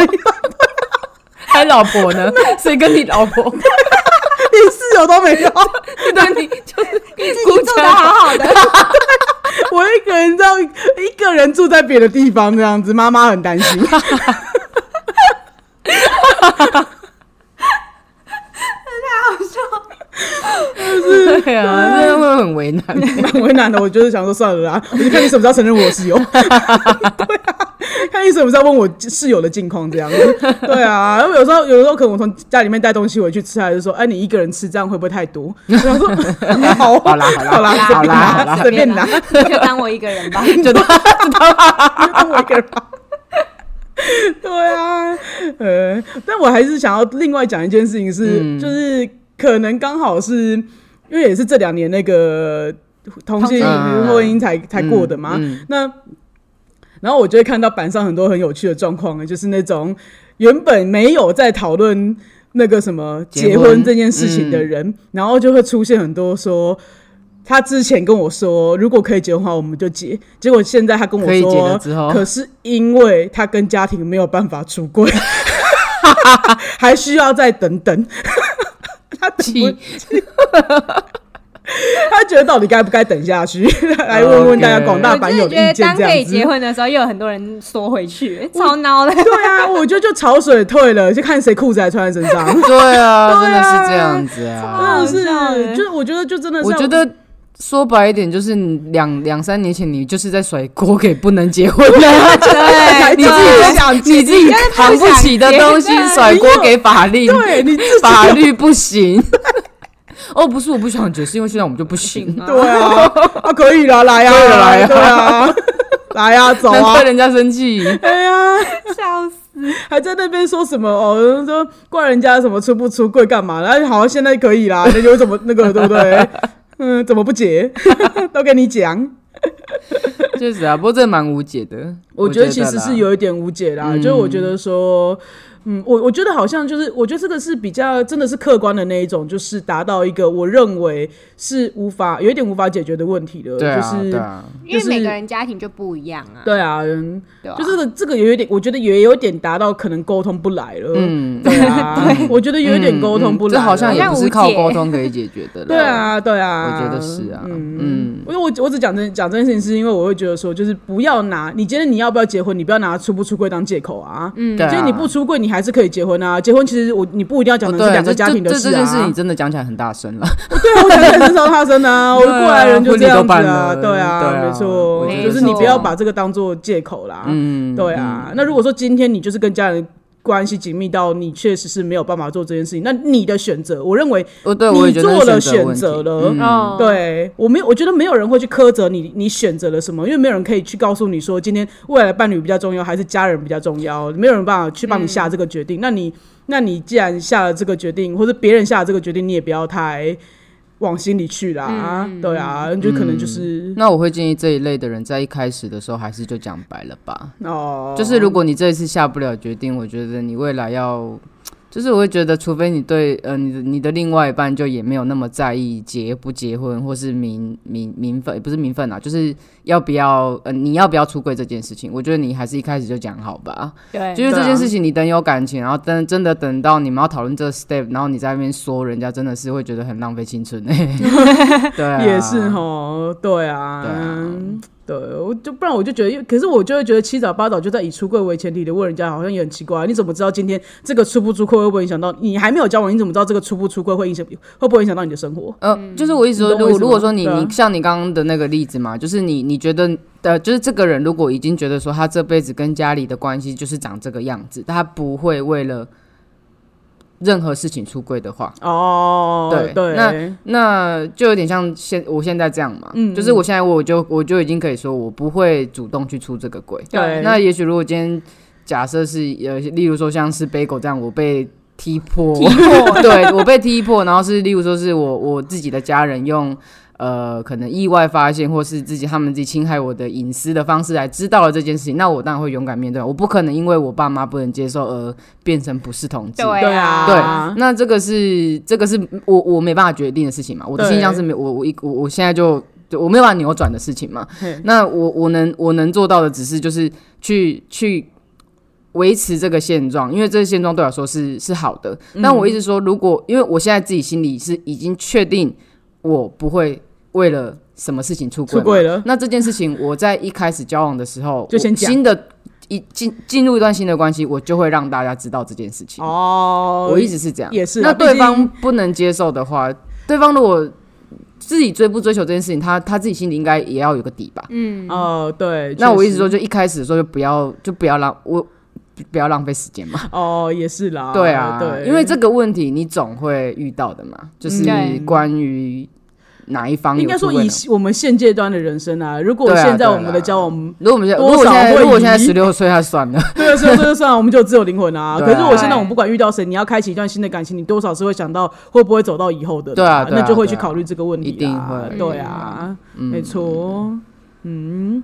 Speaker 3: 还老婆呢？谁跟你老婆？
Speaker 1: 连室友都没有。
Speaker 3: 对，你就是
Speaker 2: 自
Speaker 3: 孤
Speaker 2: 己做的好好的，
Speaker 1: 我一个人到一个人住在别的地方这样子，妈妈很担 心。
Speaker 3: 家，对啊，真的会很为难。
Speaker 1: 蛮为难的，我就是想说算了啦，我就看你什么时候承认我室友。 对啊，看你什么时候问我室友的近况这样子。对啊，然后有时候有时候可能我从家里面带东西回去吃，他就说：“哎，你一个人吃这样会不会太多？”我想说：“ 好啊，
Speaker 3: 好啦
Speaker 1: 好
Speaker 3: 好
Speaker 1: 啦，
Speaker 3: 啦
Speaker 1: 随
Speaker 3: 好
Speaker 1: 便
Speaker 3: 啦好
Speaker 1: 拿，
Speaker 3: 啦，
Speaker 1: 随便拿，
Speaker 2: 就当我一个 人吧。
Speaker 3: 就到
Speaker 1: 当我一个人吧。” 对啊，呃，但我还是想要另外讲一件事情是，就是可能刚好是因为也是这两年那个同性婚姻才、才过的嘛，
Speaker 3: 嗯
Speaker 1: 那然后我就会看到板上很多很有趣的状况，欸就是那种原本没有在讨论那个什么
Speaker 3: 结
Speaker 1: 结
Speaker 3: 婚嗯
Speaker 1: 婚这件事情的人，然后就会出现很多说。他之前跟我说，如果可以结婚的话，我们就结。结果现在他跟我
Speaker 3: 可以结
Speaker 1: 说
Speaker 3: 了之后，
Speaker 1: 可是因为他跟家庭没有办法出 柜，还需要再等等。他等不
Speaker 3: 气，
Speaker 1: 他觉得到底该不该等下去？ 来问问大家
Speaker 3: 哦 OK
Speaker 1: 广大
Speaker 2: 我
Speaker 1: 版
Speaker 2: 真
Speaker 1: 友
Speaker 2: 的
Speaker 1: 意
Speaker 2: 觉得
Speaker 1: 见这
Speaker 2: 当
Speaker 1: 样
Speaker 2: 可以
Speaker 1: 子。
Speaker 2: 结婚的时候，又有很多人缩回去，超 孬的。
Speaker 1: 对啊，我觉得就潮水退了，就看谁裤子还穿在身上。
Speaker 3: 对啊，
Speaker 1: 对
Speaker 3: 真的
Speaker 1: 啊
Speaker 3: 是这样子啊。
Speaker 1: 真
Speaker 2: 好笑
Speaker 1: 的
Speaker 2: 欸
Speaker 1: 是，就是我觉得就真的是，
Speaker 3: 我觉得说白一点，就是你两两三年前，你就是在甩锅给不能结婚的人，
Speaker 2: 对
Speaker 3: 你自己
Speaker 1: 对
Speaker 3: 想，你自己扛不起的东西
Speaker 2: 就是不想结
Speaker 3: 甩锅给法令，
Speaker 1: 对你自己
Speaker 3: 法律不行。哦，不是，我不想解释，因为现在我们就不行。
Speaker 1: 对啊，啊可以啦，来呀，
Speaker 3: 可以了来啊
Speaker 1: 对啊， 来呀，走
Speaker 3: 难
Speaker 1: 啊
Speaker 3: 怪，人家生气。
Speaker 1: 哎呀，
Speaker 2: 笑死！
Speaker 1: 还在那边说什么哦，说怪人家什么出不出柜干嘛？哎，好，现在可以啦，那有什么那个对不对？嗯，怎么不解？ 都跟你讲。
Speaker 3: 确实啊，不过这蛮无解的。
Speaker 1: 我觉
Speaker 3: 觉嗯
Speaker 1: 得其实是有一点无解啦，就是我觉得说，嗯，我我觉得好像就是，我觉得这个是比较真的是客观的那一种，就是达到一个我认为是无法有一点无法解决的问题了，
Speaker 3: 对啊
Speaker 1: 就，是
Speaker 3: 对啊，
Speaker 2: 因
Speaker 1: 就
Speaker 2: 为
Speaker 1: 是
Speaker 2: 每个人家庭就不一样啊，
Speaker 1: 对啊，嗯
Speaker 2: 对吧？
Speaker 1: 就这个这个有一点，我觉得也有一点达到可能沟通不来了，
Speaker 3: 嗯，
Speaker 1: 对 啊，我觉得有一点沟通不来
Speaker 3: 这
Speaker 1: 了，
Speaker 3: 好像也不是
Speaker 2: 好
Speaker 3: 靠
Speaker 2: 像无解
Speaker 3: 沟通可以 解决的了。
Speaker 1: 对，啊，对啊，
Speaker 3: 我觉得是啊
Speaker 1: 嗯，因为我我只讲这讲这件事情，是因为我会觉得说，就是不要拿你今天你要不要结婚，你不要拿出不出柜当借口啊。嗯，
Speaker 3: 对啊
Speaker 1: 今天你不出柜，你还是可以结婚啊。结婚其实我你不一定要讲的
Speaker 3: 对
Speaker 1: 是
Speaker 3: 啊
Speaker 1: 两个
Speaker 3: 这
Speaker 1: 家庭的
Speaker 3: 这这
Speaker 1: 事
Speaker 3: 件
Speaker 1: 啊。
Speaker 3: 事，你真的讲起来很大声了。
Speaker 1: 对啊，我讲的是烧他生 啊，我
Speaker 3: 对啊
Speaker 1: 过来人就这样子
Speaker 3: 婚礼都办
Speaker 1: 啊，
Speaker 3: 了
Speaker 1: 对啊，
Speaker 3: 对啊
Speaker 1: 没错
Speaker 3: 我，
Speaker 2: 觉得
Speaker 1: 就是
Speaker 2: 是
Speaker 1: 你不要把这个当做借口啦。
Speaker 3: 嗯，
Speaker 1: 对啊，那如果说今天你就是跟家人。关系紧密到你确实是没有办法做这件事情，那你的选择，我认为
Speaker 3: 哦，对，我也觉得
Speaker 1: 你做了
Speaker 3: 是选
Speaker 1: 选择
Speaker 3: 问题
Speaker 1: 了
Speaker 3: 嗯
Speaker 2: 哦，
Speaker 1: 对我没有，我觉得没有人会去苛责你，你选择了什么，因为没有人可以去告诉你说，今天未来的伴侣比较重要，还是家人比较重要，没有人办法去帮你下这个决定。那你，那你既然下了这个决定，或者别人下了这个决定，你也不要太往心里去啦。对啊，就可能就是、
Speaker 3: 那我会建议这一类的人在一开始的时候还是就讲白了吧。
Speaker 1: 哦，
Speaker 3: 就是如果你这一次下不了决定，我觉得你未来要，就是我会觉得，除非你对呃你的你的另外一半就也没有那么在意结不结婚，或是名名名分，不是名分啊，就是要不要呃你要不要出柜这件事情，我觉得你还是一开始就讲好吧。
Speaker 2: 对
Speaker 3: 就是这件事情，你等有感情，然后等真的等到你们要讨论这个 step，然后你在那边说人家，真的是会觉得很浪费青春哎、对、啊，
Speaker 1: 也是哦哈，对啊，
Speaker 3: 对啊
Speaker 1: 对我就不然我就觉得，因为可是我就会觉得七早八早就在以出柜为前提的问人家，好像也很奇怪。你怎么知道今天这个出不出柜会不会影响到你还没有交往？你怎么知道这个出不出柜会影响会不会影响到你的生活？
Speaker 3: 呃，就是我意思说，
Speaker 1: 你懂
Speaker 3: 如
Speaker 1: 我意思
Speaker 3: 果如果
Speaker 1: 吗
Speaker 3: 说你
Speaker 1: 对啊
Speaker 3: 你像你刚刚的那个例子嘛，就是你你觉得呃，就是这个人如果已经觉得说他这辈子跟家里的关系就是长这个样子，他不会为了任何事情出柜的话，
Speaker 1: 哦，
Speaker 3: 对
Speaker 1: 对，
Speaker 3: 那就有点像现我现在这样嘛，
Speaker 1: 嗯
Speaker 3: 就是我现在我就我就已经可以说我不会主动去出这个柜。
Speaker 1: 对
Speaker 3: 那也许如果今天假设是呃，例如说像是 Bagel 这样，我被 踢破，踢破对我被踢破，然后是例如说是我我自己的家人用呃，可能意外发现，或是自己他们自己侵害我的隐私的方式来知道了这件事情，那我当然会勇敢面对。我不可能因为我爸妈不能接受而变成不是同志。
Speaker 2: 对
Speaker 1: 对
Speaker 2: 啊，
Speaker 3: 对，那这个是这个是我我没办法决定的事情嘛，我的
Speaker 1: 对
Speaker 3: 性向是没我我一我我现在就对我没有办法扭转的事情嘛
Speaker 1: 嘿。
Speaker 3: 那我我能我能做到的只是就是去去维持这个现状，因为这个现状对我来说是是好的。
Speaker 1: 嗯
Speaker 3: 但我一直说，如果因为我现在自己心里是已经确定我不会为了什么事情出轨
Speaker 1: 出
Speaker 3: 嘛，
Speaker 1: 轨了，
Speaker 3: 那这件事情，我在一开始交往的时候，
Speaker 1: 就先
Speaker 3: 我
Speaker 1: 讲
Speaker 3: 新的一进进入一段新的关系，我就会让大家知道这件事情。
Speaker 1: 哦，
Speaker 3: 我一直是这样，
Speaker 1: 也是啊
Speaker 3: 那
Speaker 1: 毕
Speaker 3: 对方
Speaker 1: 竟
Speaker 3: 不能接受的话，对方如果自己追不追求这件事情，他他自己心里应该也要有个底吧。
Speaker 2: 嗯，
Speaker 1: 哦，对，
Speaker 3: 那我一直
Speaker 1: 确
Speaker 3: 说，
Speaker 1: 实
Speaker 3: 就一开始的时候就不要就不要浪我不要浪费时间嘛。
Speaker 1: 哦，也是啦，
Speaker 3: 对啊，
Speaker 1: 对，
Speaker 3: 因为这个问题你总会遇到的嘛，就是
Speaker 2: 嗯对
Speaker 3: 关于哪一方
Speaker 1: 应
Speaker 3: 有
Speaker 1: 该
Speaker 3: 出
Speaker 1: 说
Speaker 3: 轨
Speaker 1: 以
Speaker 3: 呢
Speaker 1: 我们现阶段的人生啊，如果
Speaker 3: 对啊
Speaker 1: 现在
Speaker 3: 对
Speaker 1: 我们
Speaker 3: 啦
Speaker 1: 的交往，
Speaker 3: 如果我们现在，
Speaker 1: 多
Speaker 3: 如果我
Speaker 1: 少
Speaker 3: 现在，
Speaker 1: 会
Speaker 3: 如果我现在
Speaker 1: 疑
Speaker 3: 十六岁，他 算了。
Speaker 1: 对啊，所以这就算了，我们就只有灵魂啊。
Speaker 3: 对
Speaker 1: 可
Speaker 3: 啊
Speaker 1: 是我现在，我们不管遇到谁，你要开启一段新的感情，你多少是会想到会不会走到以后的啦，
Speaker 3: 对啊对啊
Speaker 1: 那就会去
Speaker 3: 对啊
Speaker 1: 考虑这个问题啦，
Speaker 3: 一定会
Speaker 1: 对啊，没错，嗯，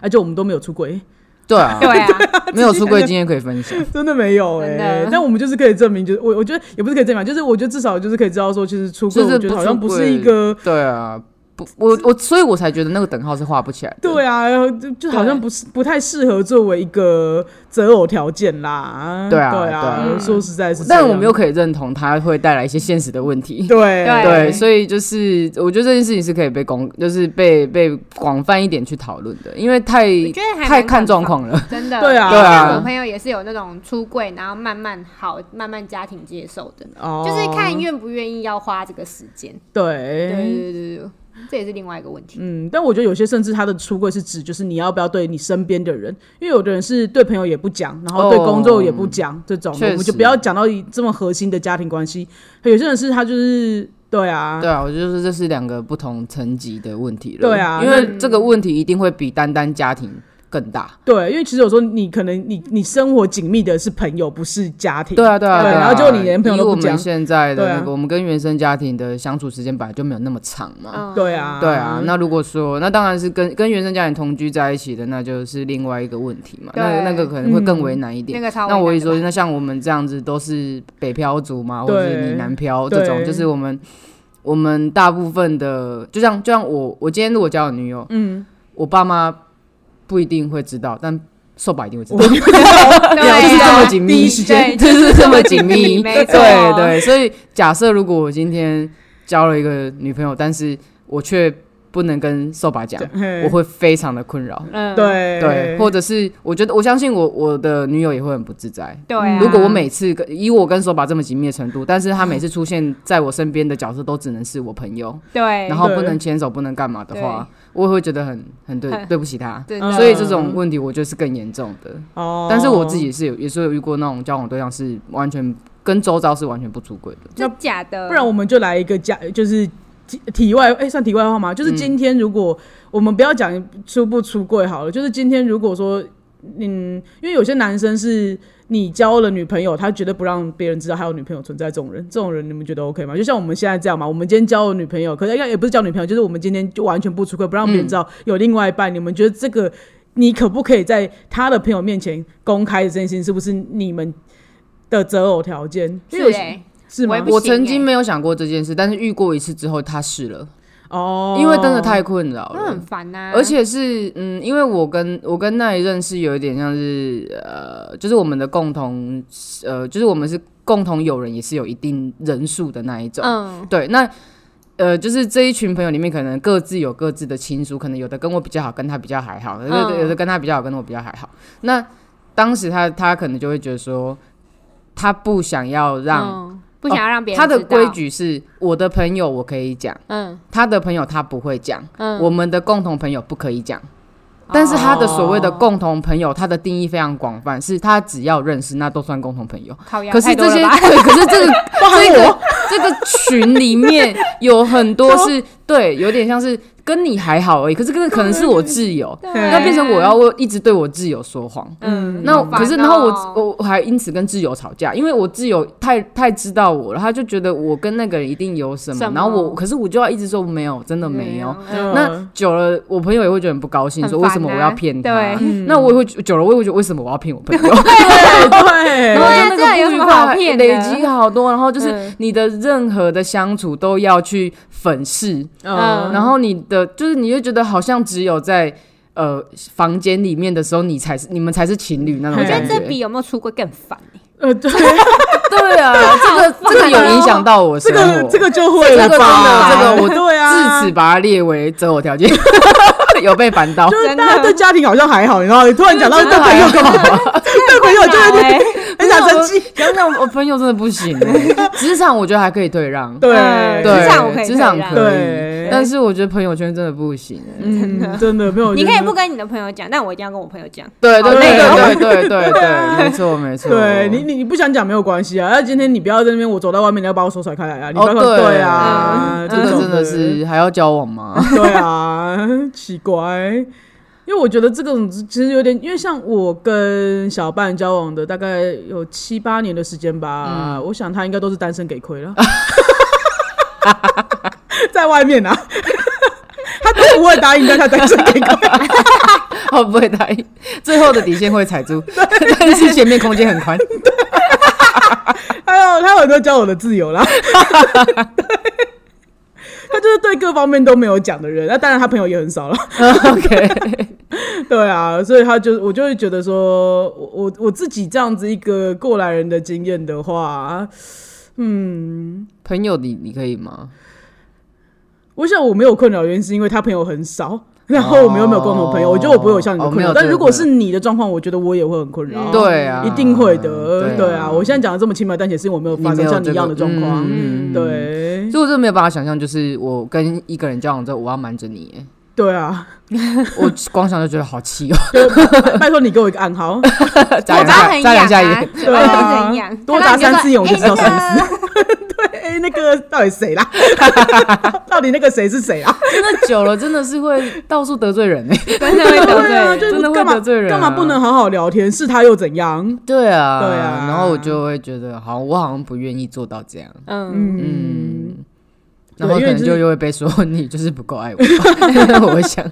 Speaker 1: 而且我们都没有出轨，
Speaker 3: 对啊，
Speaker 2: 对啊，
Speaker 3: 没有出柜经验可以分享。
Speaker 1: 真的没 有哎、
Speaker 2: 真的
Speaker 1: 但我们就是可以证明，就是我我觉得也不是可以证明啊，就是我觉得至少就是可以知道说，其实出轨，
Speaker 3: 就是
Speaker 1: 我觉得
Speaker 3: 不
Speaker 1: 好像
Speaker 3: 出
Speaker 1: 不是
Speaker 3: 轨
Speaker 1: 一个。
Speaker 3: 对啊，不，我我，所以我才觉得那个等号是画不起来的。
Speaker 1: 对啊，就就好像不是不太适合作为一个择偶条件啦。
Speaker 3: 对啊
Speaker 1: 对
Speaker 3: 对啊
Speaker 1: 说实在是这样，
Speaker 3: 但我们又可以认同它会带来一些现实的问题。
Speaker 1: 对
Speaker 2: 对
Speaker 3: 对，所以就是我觉得这件事情是可以被公，就是被被广泛一点去讨论的，因为太
Speaker 2: 我觉得还蛮
Speaker 3: 太看状况了。
Speaker 2: 真的，
Speaker 1: 对啊
Speaker 2: 因为
Speaker 3: 对啊
Speaker 2: 我朋友也是有那种出柜，然后慢慢好，慢慢家庭接受的，
Speaker 1: 哦
Speaker 2: 就是看愿不愿意要花这个时间。
Speaker 1: 对。
Speaker 2: 对对对对对，这也是另外一个问题。
Speaker 1: 嗯，但我觉得有些甚至他的出柜是指就是你要不要对你身边的人，因为有的人是对朋友也不讲，然后对
Speaker 3: 哦
Speaker 1: 工作也不讲、这种的，
Speaker 3: 确
Speaker 1: 我们就
Speaker 3: 实
Speaker 1: 不要讲到一这么核心的家庭关系。有些人是他就是对啊，
Speaker 3: 对啊，我就是这是两个不同层级的问题了。
Speaker 1: 对啊
Speaker 3: 因为这个问题一定会比单单家庭更大。
Speaker 1: 对，因为其实有时候你可能你你生活紧密的是朋友，不是家庭。
Speaker 3: 对啊，对啊，
Speaker 1: 对
Speaker 3: 啊
Speaker 1: 然后结果你连朋友
Speaker 3: 以
Speaker 1: 都不
Speaker 3: 我们
Speaker 1: 讲
Speaker 3: 现在的
Speaker 1: 对啊
Speaker 3: 那个，我们跟原生家庭的相处时间本来就没有那么长嘛。
Speaker 2: 嗯，
Speaker 1: 对啊，
Speaker 3: 对啊，那如果说那当然是跟跟原生家庭同居在一起的，那就是另外一个问题嘛。那
Speaker 2: 对
Speaker 3: 那个可能会更为难一
Speaker 2: 那
Speaker 1: 嗯
Speaker 3: 点。
Speaker 2: 个超
Speaker 3: 那我
Speaker 2: 也
Speaker 3: 一说，那像我们这样子都是北漂族嘛，或
Speaker 1: 对
Speaker 3: 者是你南漂这种，
Speaker 1: 对
Speaker 3: 就是我们我们大部分的，就像就像我我今天如果交了女友，嗯，我爸妈不一定会知道，但瘦吧一 定会知道。
Speaker 2: 对
Speaker 3: 聊
Speaker 2: 啊，
Speaker 3: 就是这么紧密，
Speaker 1: 第一时
Speaker 2: 间
Speaker 3: 对 就是这么紧密，
Speaker 2: 没错
Speaker 3: 对对。所以假设如果我今天交了一个女朋友，但是我却不能跟瘦爸讲，
Speaker 1: 嘿
Speaker 3: 我会非常的困扰，
Speaker 2: 嗯，
Speaker 1: 对
Speaker 3: 对，或者是我觉得我相信我我的女友也会很不自在。
Speaker 2: 对啊。
Speaker 3: 如果我每次跟以我跟瘦爸这么紧密的程度，但是他每次出现在我身边的角色都只能是我朋友，
Speaker 2: 对，
Speaker 3: 然后
Speaker 1: 对
Speaker 3: 不能牵手，不能干嘛的话，我也会觉得很很对对不起他。
Speaker 2: 真
Speaker 1: 嗯
Speaker 2: 的
Speaker 3: 所以这种问题，我觉得是更严重的。
Speaker 1: 哦，
Speaker 3: 但是我自己是有，也是有遇过那种交往对象是完全跟周遭是完全不出轨的。
Speaker 2: 真假的，
Speaker 1: 不然我们就来一个家，就是体体外，哎、算体外话吗？就是今天如果、我们不要讲出不出柜好了，就是今天如果说，嗯，因为有些男生是你交了女朋友，他绝对不让别人知道他有女朋友存在，这种人，这种人你们觉得 OK 吗？就像我们现在这样嘛，我们今天交了女朋友，可是应该也不是交女朋友，就是我们今天就完全不出柜，不让别人知道有另外一半，你们觉得这个？你可不可以在他的朋友面前公开的这件事情，是不是你们的择偶条件？因为有
Speaker 2: 是哎，
Speaker 1: 是吗
Speaker 2: 我也不？行
Speaker 3: 我曾经
Speaker 2: 欸
Speaker 3: 没有想过这件事，但是遇过一次之后，他是了，
Speaker 1: 哦，
Speaker 3: 因为真的太困扰
Speaker 2: 那
Speaker 3: 了
Speaker 2: 很。烦啊呐。
Speaker 3: 嗯而且是，嗯，因为我跟我跟那一任是有一点像是，呃，就是我们的共同，呃，就是我们是共同友人，也是有一定人数的那一种。
Speaker 2: 嗯，
Speaker 3: 对，那呃，就是这一群朋友里面，可能各自有各自的亲属，可能有的跟我比较好，跟他比较还好；有的、
Speaker 2: 嗯
Speaker 3: 有的跟他比较好，跟我比较还好。那当时他他可能就会觉得说，他不想要让、
Speaker 2: 嗯不想要让别人
Speaker 3: 哦他的
Speaker 2: 知道
Speaker 3: 规，矩是，我的朋友我可以讲，
Speaker 2: 嗯
Speaker 3: 他的朋友他不会讲，
Speaker 2: 嗯，哦
Speaker 3: 我们的共同朋友不可以讲。但是他的所谓的共同朋友，他的定义非常广泛，是他只要认识，那都算共同朋友。
Speaker 2: 靠腰
Speaker 3: 可是
Speaker 2: 太多
Speaker 3: 这
Speaker 2: 了
Speaker 3: 些，
Speaker 2: 吧
Speaker 3: 对，可是这个这个这个群里面有很多是对，有点像是跟你还好而已，可是跟可能是我挚友，
Speaker 2: 嗯对啊
Speaker 1: 那
Speaker 3: 那变成我要为一直对我挚友说谎。
Speaker 2: 嗯
Speaker 3: 那
Speaker 2: 好
Speaker 3: 我可是，
Speaker 2: 烦
Speaker 3: 然后
Speaker 2: 哦
Speaker 3: 我我我还因此跟挚友吵架，因为我挚友太太知道我了，他就觉得我跟那个人一定有什么，
Speaker 2: 什么
Speaker 3: 然后我可是我就要一直说没有，真的没有。
Speaker 1: 嗯
Speaker 3: 那久了，我朋友也会觉得很不高兴，
Speaker 2: 很
Speaker 3: 说为什
Speaker 2: 烦
Speaker 3: 么我
Speaker 2: 啊
Speaker 3: 要骗他？
Speaker 2: 对嗯
Speaker 3: 那我也会久了，我也会觉得为什么我要骗我朋友？
Speaker 1: 对
Speaker 3: 然后哎就
Speaker 2: 对啊
Speaker 3: 那
Speaker 2: 这样
Speaker 3: 个
Speaker 2: 有
Speaker 3: 不
Speaker 2: 什
Speaker 3: 愉
Speaker 2: 么好
Speaker 3: 快
Speaker 2: 骗的
Speaker 3: 累积好多，然后就是
Speaker 2: 嗯
Speaker 3: 你的任何的相处都要去粉饰，
Speaker 1: 嗯，
Speaker 3: 然后你的就是你就觉得好像只有在呃房间里面的时候，你才是你们才是情侣那
Speaker 2: 我
Speaker 3: 种
Speaker 1: 对
Speaker 2: 觉
Speaker 3: 感
Speaker 2: 得
Speaker 3: 觉
Speaker 2: 这。比有没有出轨更烦欸、
Speaker 1: 呃，对，
Speaker 3: 对啊，这个这个有影响
Speaker 2: 哦
Speaker 3: 到我
Speaker 1: 这
Speaker 3: 生
Speaker 1: 个
Speaker 3: 活，
Speaker 1: 这个就会
Speaker 3: 这
Speaker 1: 了
Speaker 3: 个真
Speaker 1: 吧？
Speaker 3: 的这个我
Speaker 1: 对啊，
Speaker 3: 至此把它列为择偶条件， 有被烦到。
Speaker 1: 就是
Speaker 2: 真
Speaker 1: 大家
Speaker 2: 的
Speaker 1: 对家庭好像还好，你知道？你突然讲到对朋友，
Speaker 3: 干嘛？
Speaker 1: 对朋友就有点
Speaker 2: 哎，
Speaker 1: 很想生气。
Speaker 3: 想想我朋友真的不行欸， 职场我觉得还可以退让，
Speaker 1: 对
Speaker 2: 嗯
Speaker 3: 对，
Speaker 2: 职场我可以
Speaker 3: 职场
Speaker 2: 退让
Speaker 3: 可
Speaker 1: 对
Speaker 3: 以，但是我觉得朋友圈真的不行欸。
Speaker 1: 嗯，真的没有，
Speaker 2: 你可以不
Speaker 1: 跟。
Speaker 2: 跟你的朋友讲，但我一定要跟我朋友讲。
Speaker 3: 对
Speaker 2: 好
Speaker 3: 对
Speaker 2: 累
Speaker 3: 对对对对 对，没错没错。
Speaker 1: 对你，你你不想讲没有关系啊。那今天你不要在那边，我走到外面，你要把我手甩开来啊！你不要
Speaker 3: 哦
Speaker 1: 说
Speaker 3: 对嗯
Speaker 1: 对啊，
Speaker 3: 这个
Speaker 1: 种
Speaker 3: 真的是还要交往吗？
Speaker 1: 对啊，奇怪。因为我觉得这种其实有点，因为像我跟小半交往的大概有七八年的时间吧，我想他应该都是单身给亏了，在外面啊，他都不会答应但他单身给亏。
Speaker 3: 哦，不会答应，最后的底线会踩住，但是前面空间很宽。
Speaker 1: 还有他有很多交友的自由啦。他就是对各方面都没有讲的人，那当然他朋友也很少了，
Speaker 3: OK，
Speaker 1: 对啊，所以他就我就会觉得说，我我我自己这样子一个过来人的经验的话，嗯，
Speaker 3: 朋友你你可以吗？
Speaker 1: 我想我没有困扰，原因是因为他朋友很少，然后我们又没有共同朋友，我觉得我不会有像你的
Speaker 3: 哦
Speaker 1: 困
Speaker 3: 没
Speaker 1: 扰，
Speaker 3: 有
Speaker 1: 但
Speaker 3: 这个
Speaker 1: 如果是你的状况，我觉得我也会很困扰，
Speaker 3: 对啊，
Speaker 1: 一定会的，对啊，我现在讲的这么轻描淡写，是因为我没有
Speaker 3: 你没
Speaker 1: 发生
Speaker 3: 有
Speaker 1: 像你
Speaker 3: 这
Speaker 1: 一
Speaker 3: 个
Speaker 1: 样的状况，
Speaker 3: 嗯嗯嗯
Speaker 1: 对，
Speaker 3: 所以我真的没有办法想象，就是我跟一个人交往之后，我要瞒着你欸，
Speaker 1: 对啊。
Speaker 3: 我光想就觉得好气哦。
Speaker 1: 就拜拜托你给我一个暗号，
Speaker 3: 再
Speaker 2: 我
Speaker 3: 来
Speaker 2: 爸很
Speaker 3: 一下再来
Speaker 2: 痒
Speaker 3: 一下
Speaker 2: 啊
Speaker 3: 也，
Speaker 1: 对
Speaker 2: 我
Speaker 1: 啊
Speaker 2: 爸很 痒，
Speaker 1: 多打三次眼
Speaker 2: 眼
Speaker 1: 我就知道三
Speaker 2: 次。
Speaker 1: 对，哎那个到底谁啦？ 到底那个谁是谁啊？
Speaker 3: 真的久了，真的是会 到处得罪人欸。
Speaker 2: 真的会得罪
Speaker 1: 啊，
Speaker 2: 人
Speaker 1: 就
Speaker 3: 真的
Speaker 1: 是
Speaker 3: 会
Speaker 1: 干嘛
Speaker 3: 得罪人啊
Speaker 1: 干嘛不能好好聊天？是他又怎样？
Speaker 3: 对啊，
Speaker 1: 对啊
Speaker 3: 然后我就会觉得，好，我好像不愿意做到这样，
Speaker 2: 嗯，
Speaker 1: 嗯，对
Speaker 3: 然后可
Speaker 1: 因为
Speaker 3: 能
Speaker 1: 就是
Speaker 3: 就又会被说 你就是不够爱 我吧。我会想，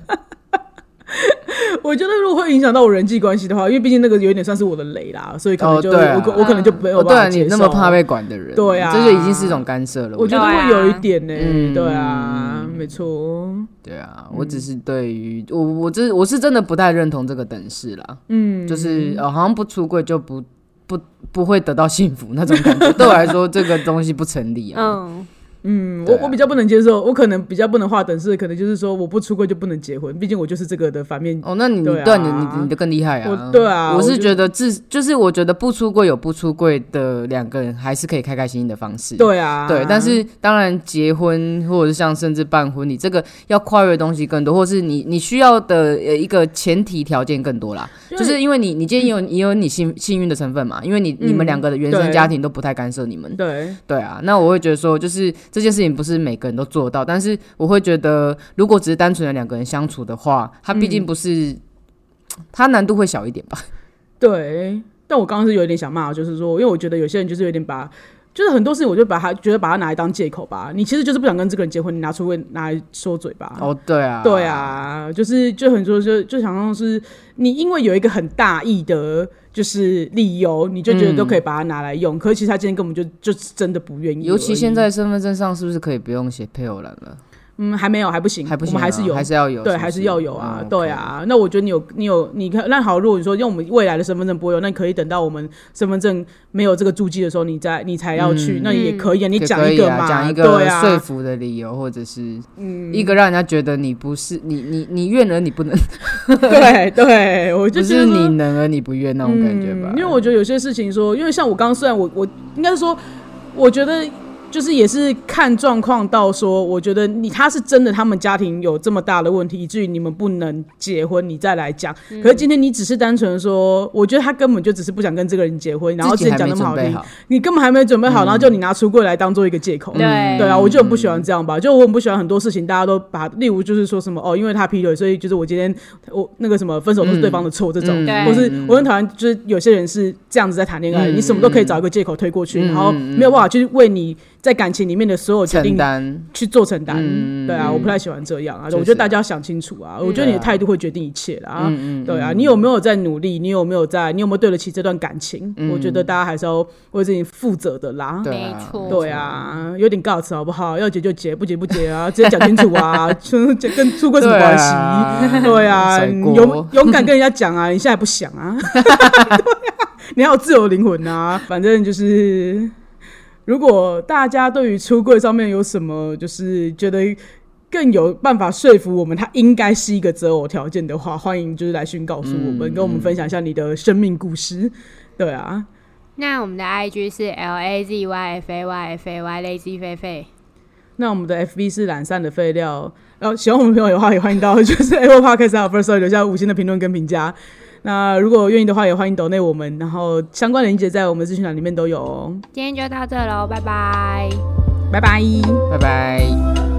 Speaker 1: 我觉得如果会影响到我人际关系的话，因为毕竟那个有点算是我的雷啦，所以可能
Speaker 3: 哦
Speaker 1: 就
Speaker 3: 对啊
Speaker 1: 我可我可能就没有
Speaker 3: 哦对啊，
Speaker 1: 办法
Speaker 3: 你
Speaker 1: 接
Speaker 3: 那
Speaker 1: 受。
Speaker 3: 么怕，被管的人，
Speaker 1: 对啊
Speaker 3: 这就已经是一种干涉了。
Speaker 1: 我
Speaker 3: 我
Speaker 1: 觉
Speaker 3: 觉
Speaker 1: 得
Speaker 3: 得，
Speaker 2: 对啊
Speaker 1: 会有一点呢。
Speaker 3: 嗯
Speaker 1: 对啊，没错。
Speaker 3: 对啊，
Speaker 1: 嗯
Speaker 3: 我只是对于我，我这我是真的不太认同这个等式啦，
Speaker 1: 嗯，
Speaker 3: 就是呃，好像不出柜就不不不会得到幸福那种感觉，对我来说这个东西不成立啊。
Speaker 2: 嗯，
Speaker 1: 嗯，我
Speaker 3: 对啊
Speaker 1: 我比较不能接受，我可能比较不能划等式，可能就是说我不出柜就不能结婚，毕竟我就是这个的反面
Speaker 3: 哦，那你
Speaker 1: 对啊
Speaker 3: 对啊你你你的更厉害啊
Speaker 1: 我！对啊
Speaker 3: 我
Speaker 1: 我
Speaker 3: 是
Speaker 1: 就
Speaker 3: 觉得自就是我觉得不出柜有不出柜的两个人还是可以开开心心的方式。
Speaker 1: 对啊，
Speaker 3: 对，但是当然，结婚或者是像甚至办婚礼，这个要跨越的东西更多，或是你你需要的呃一个前提条件更多啦。
Speaker 1: 因为
Speaker 3: 就是因为你你今天也有也有你幸幸运的成分嘛，因为你你们
Speaker 1: 嗯
Speaker 3: 两个的原生
Speaker 1: 对
Speaker 3: 家庭都不太干涉你们。
Speaker 1: 对，
Speaker 3: 对啊，那我会觉得说，就是这件事情不是每个人都做得到，但是我会觉得，如果只是单纯的两个人相处的话，它毕
Speaker 1: 嗯
Speaker 3: 竟不是，它难度会小一点吧？
Speaker 1: 对，但我刚刚是有点想骂，就是说，因为我觉得有些人就是有点把，就是很多事情，我就把他觉得把它拿来当借口吧。你其实就是不想跟这个人结婚，你拿出会拿来说嘴巴。
Speaker 3: 哦，对啊，
Speaker 1: 对，啊，就是就很多就就想像是你因为有一个很大意的，就是理由，你就觉得都可以把它拿来用。可是其实他今天根本就就是真的不愿意而已。
Speaker 3: 尤其现在身份证上是不是可以不用写配偶栏了？
Speaker 1: 嗯还没有还不行，
Speaker 3: 还不行
Speaker 1: 我
Speaker 3: 啊、
Speaker 1: 们还是有
Speaker 3: 还是要有，
Speaker 1: 对，
Speaker 3: 是不
Speaker 1: 还是要有啊，
Speaker 3: 嗯
Speaker 1: 对
Speaker 3: OK
Speaker 1: 啊。那我觉得你有，你有，你看，那好，如果你说用我们未来的身份证不会有，那你可以等到我们身份证没有这个注记的时候，你再你才要去，那也可以啊。你
Speaker 3: 嗯也
Speaker 1: 讲
Speaker 3: 可
Speaker 1: 一
Speaker 3: 以
Speaker 1: 个
Speaker 3: 啊
Speaker 1: 嘛，
Speaker 3: 讲一
Speaker 1: 对
Speaker 3: 个
Speaker 1: 啊，嗯
Speaker 3: 说服的理由，或者是一个让人家觉得你不是你你你愿而你不能，
Speaker 1: 对对，我就
Speaker 3: 不
Speaker 1: 觉得
Speaker 3: 是你
Speaker 1: 说
Speaker 3: 能而你不愿那
Speaker 1: 嗯
Speaker 3: 种感觉吧
Speaker 1: 嗯。因为我觉得有些事情说，因为像我刚刚虽然我我应该说，我觉得就是也是看状况到说，我觉得你他是真的，他们家庭有这么大的问题，以至于你们不能结婚，你再来讲。可是今天你只是单纯说，我觉得他根本就只是不想跟这个人结婚，然后自
Speaker 3: 自己
Speaker 1: 己
Speaker 3: 还
Speaker 1: 讲
Speaker 3: 没
Speaker 1: 那么
Speaker 3: 准
Speaker 1: 好
Speaker 3: 备
Speaker 1: 听，
Speaker 3: 好，
Speaker 1: 你根本还没准备
Speaker 3: 嗯
Speaker 1: 好，然后就你拿出柜来当做一个借口。
Speaker 2: 对
Speaker 1: 对啊，我就很不喜欢这样吧，就我很不喜欢很多事情，大家都把，例如就是说什么哦，因为他劈腿，所以就是我今天我那个什么分手都是对方的错这种，
Speaker 3: 嗯
Speaker 2: 对
Speaker 1: 或是我很讨厌，就是有些人是这样子在谈恋爱，
Speaker 3: 嗯
Speaker 1: 你什么都可以找一个借口推过去，
Speaker 3: 嗯
Speaker 1: 然后没有办法去为你在感情里面的所有决
Speaker 3: 承
Speaker 1: 定
Speaker 3: 担。
Speaker 1: 去做承担。
Speaker 3: 嗯
Speaker 1: 对啊，我不太喜欢这样啊，
Speaker 3: 确实
Speaker 1: 我觉得大家要想清楚啊，我觉得你的态度会决定一切啦。
Speaker 3: 嗯嗯，
Speaker 1: 对啊，你有没有在努力？你有没有在？你有没有对得起这段感情？
Speaker 3: 嗯
Speaker 1: 我觉得大家还是要为自己负责的啦。
Speaker 3: 对啊
Speaker 2: 没错
Speaker 1: 对啊，有点告辞好不好？要结就结，不结不结啊， 直接讲清楚啊， 出跟出轨什么关系？对啊，
Speaker 3: 甩
Speaker 1: 你
Speaker 3: 锅
Speaker 1: 勇勇敢跟人家讲啊，你现在不想 啊，对啊，你还有自由灵魂啊，反正就是。如果大家对于出柜上面有什么，就是觉得更有办法说服我们，它应该是一个择偶条件的话，欢迎就是来讯告诉我
Speaker 3: 嗯
Speaker 1: 们，跟我们分享一下你的生命故事。对啊，
Speaker 2: 那我们的 IG 是 L A Z Y F A Y F A Y Lazy 菲菲，
Speaker 1: 那我们的 FB 是懒散的废料，然后喜欢我们的朋友的话，也欢迎到 就是 Apple Podcast 还有 First Story 留下五星的评论跟评价。那如果愿意的话，也欢迎抖内我们，然后相关链接在我们资讯栏里面都有哦。
Speaker 2: 今天就到这喽，拜拜。
Speaker 1: 拜拜。
Speaker 3: 拜拜。